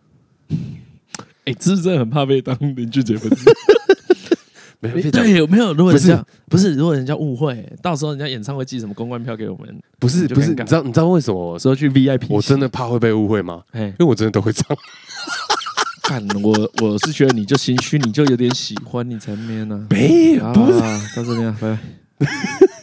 Speaker 2: 哎，是不是真的很怕被当邻居结婚？丝？
Speaker 1: 没有
Speaker 2: 哎
Speaker 1: 被
Speaker 2: 对，
Speaker 1: 讲，
Speaker 2: 有没有？如果人
Speaker 1: 不是
Speaker 2: 家不是，如果人家误会，到时候人家演唱会寄什么公关票给我们，
Speaker 1: 不是
Speaker 2: 就
Speaker 1: 不是，
Speaker 2: 尴尬
Speaker 1: 你知道你知道为什么我
Speaker 2: 我说去 VIP，
Speaker 1: 我真的怕会被误会吗？
Speaker 2: 哎
Speaker 1: 因为我真的都会唱，
Speaker 2: 看我我是觉得你就心虚，你就有点喜欢你才面呢。
Speaker 1: 没
Speaker 2: 啊，
Speaker 1: 不是
Speaker 2: 到这边啊，拜拜。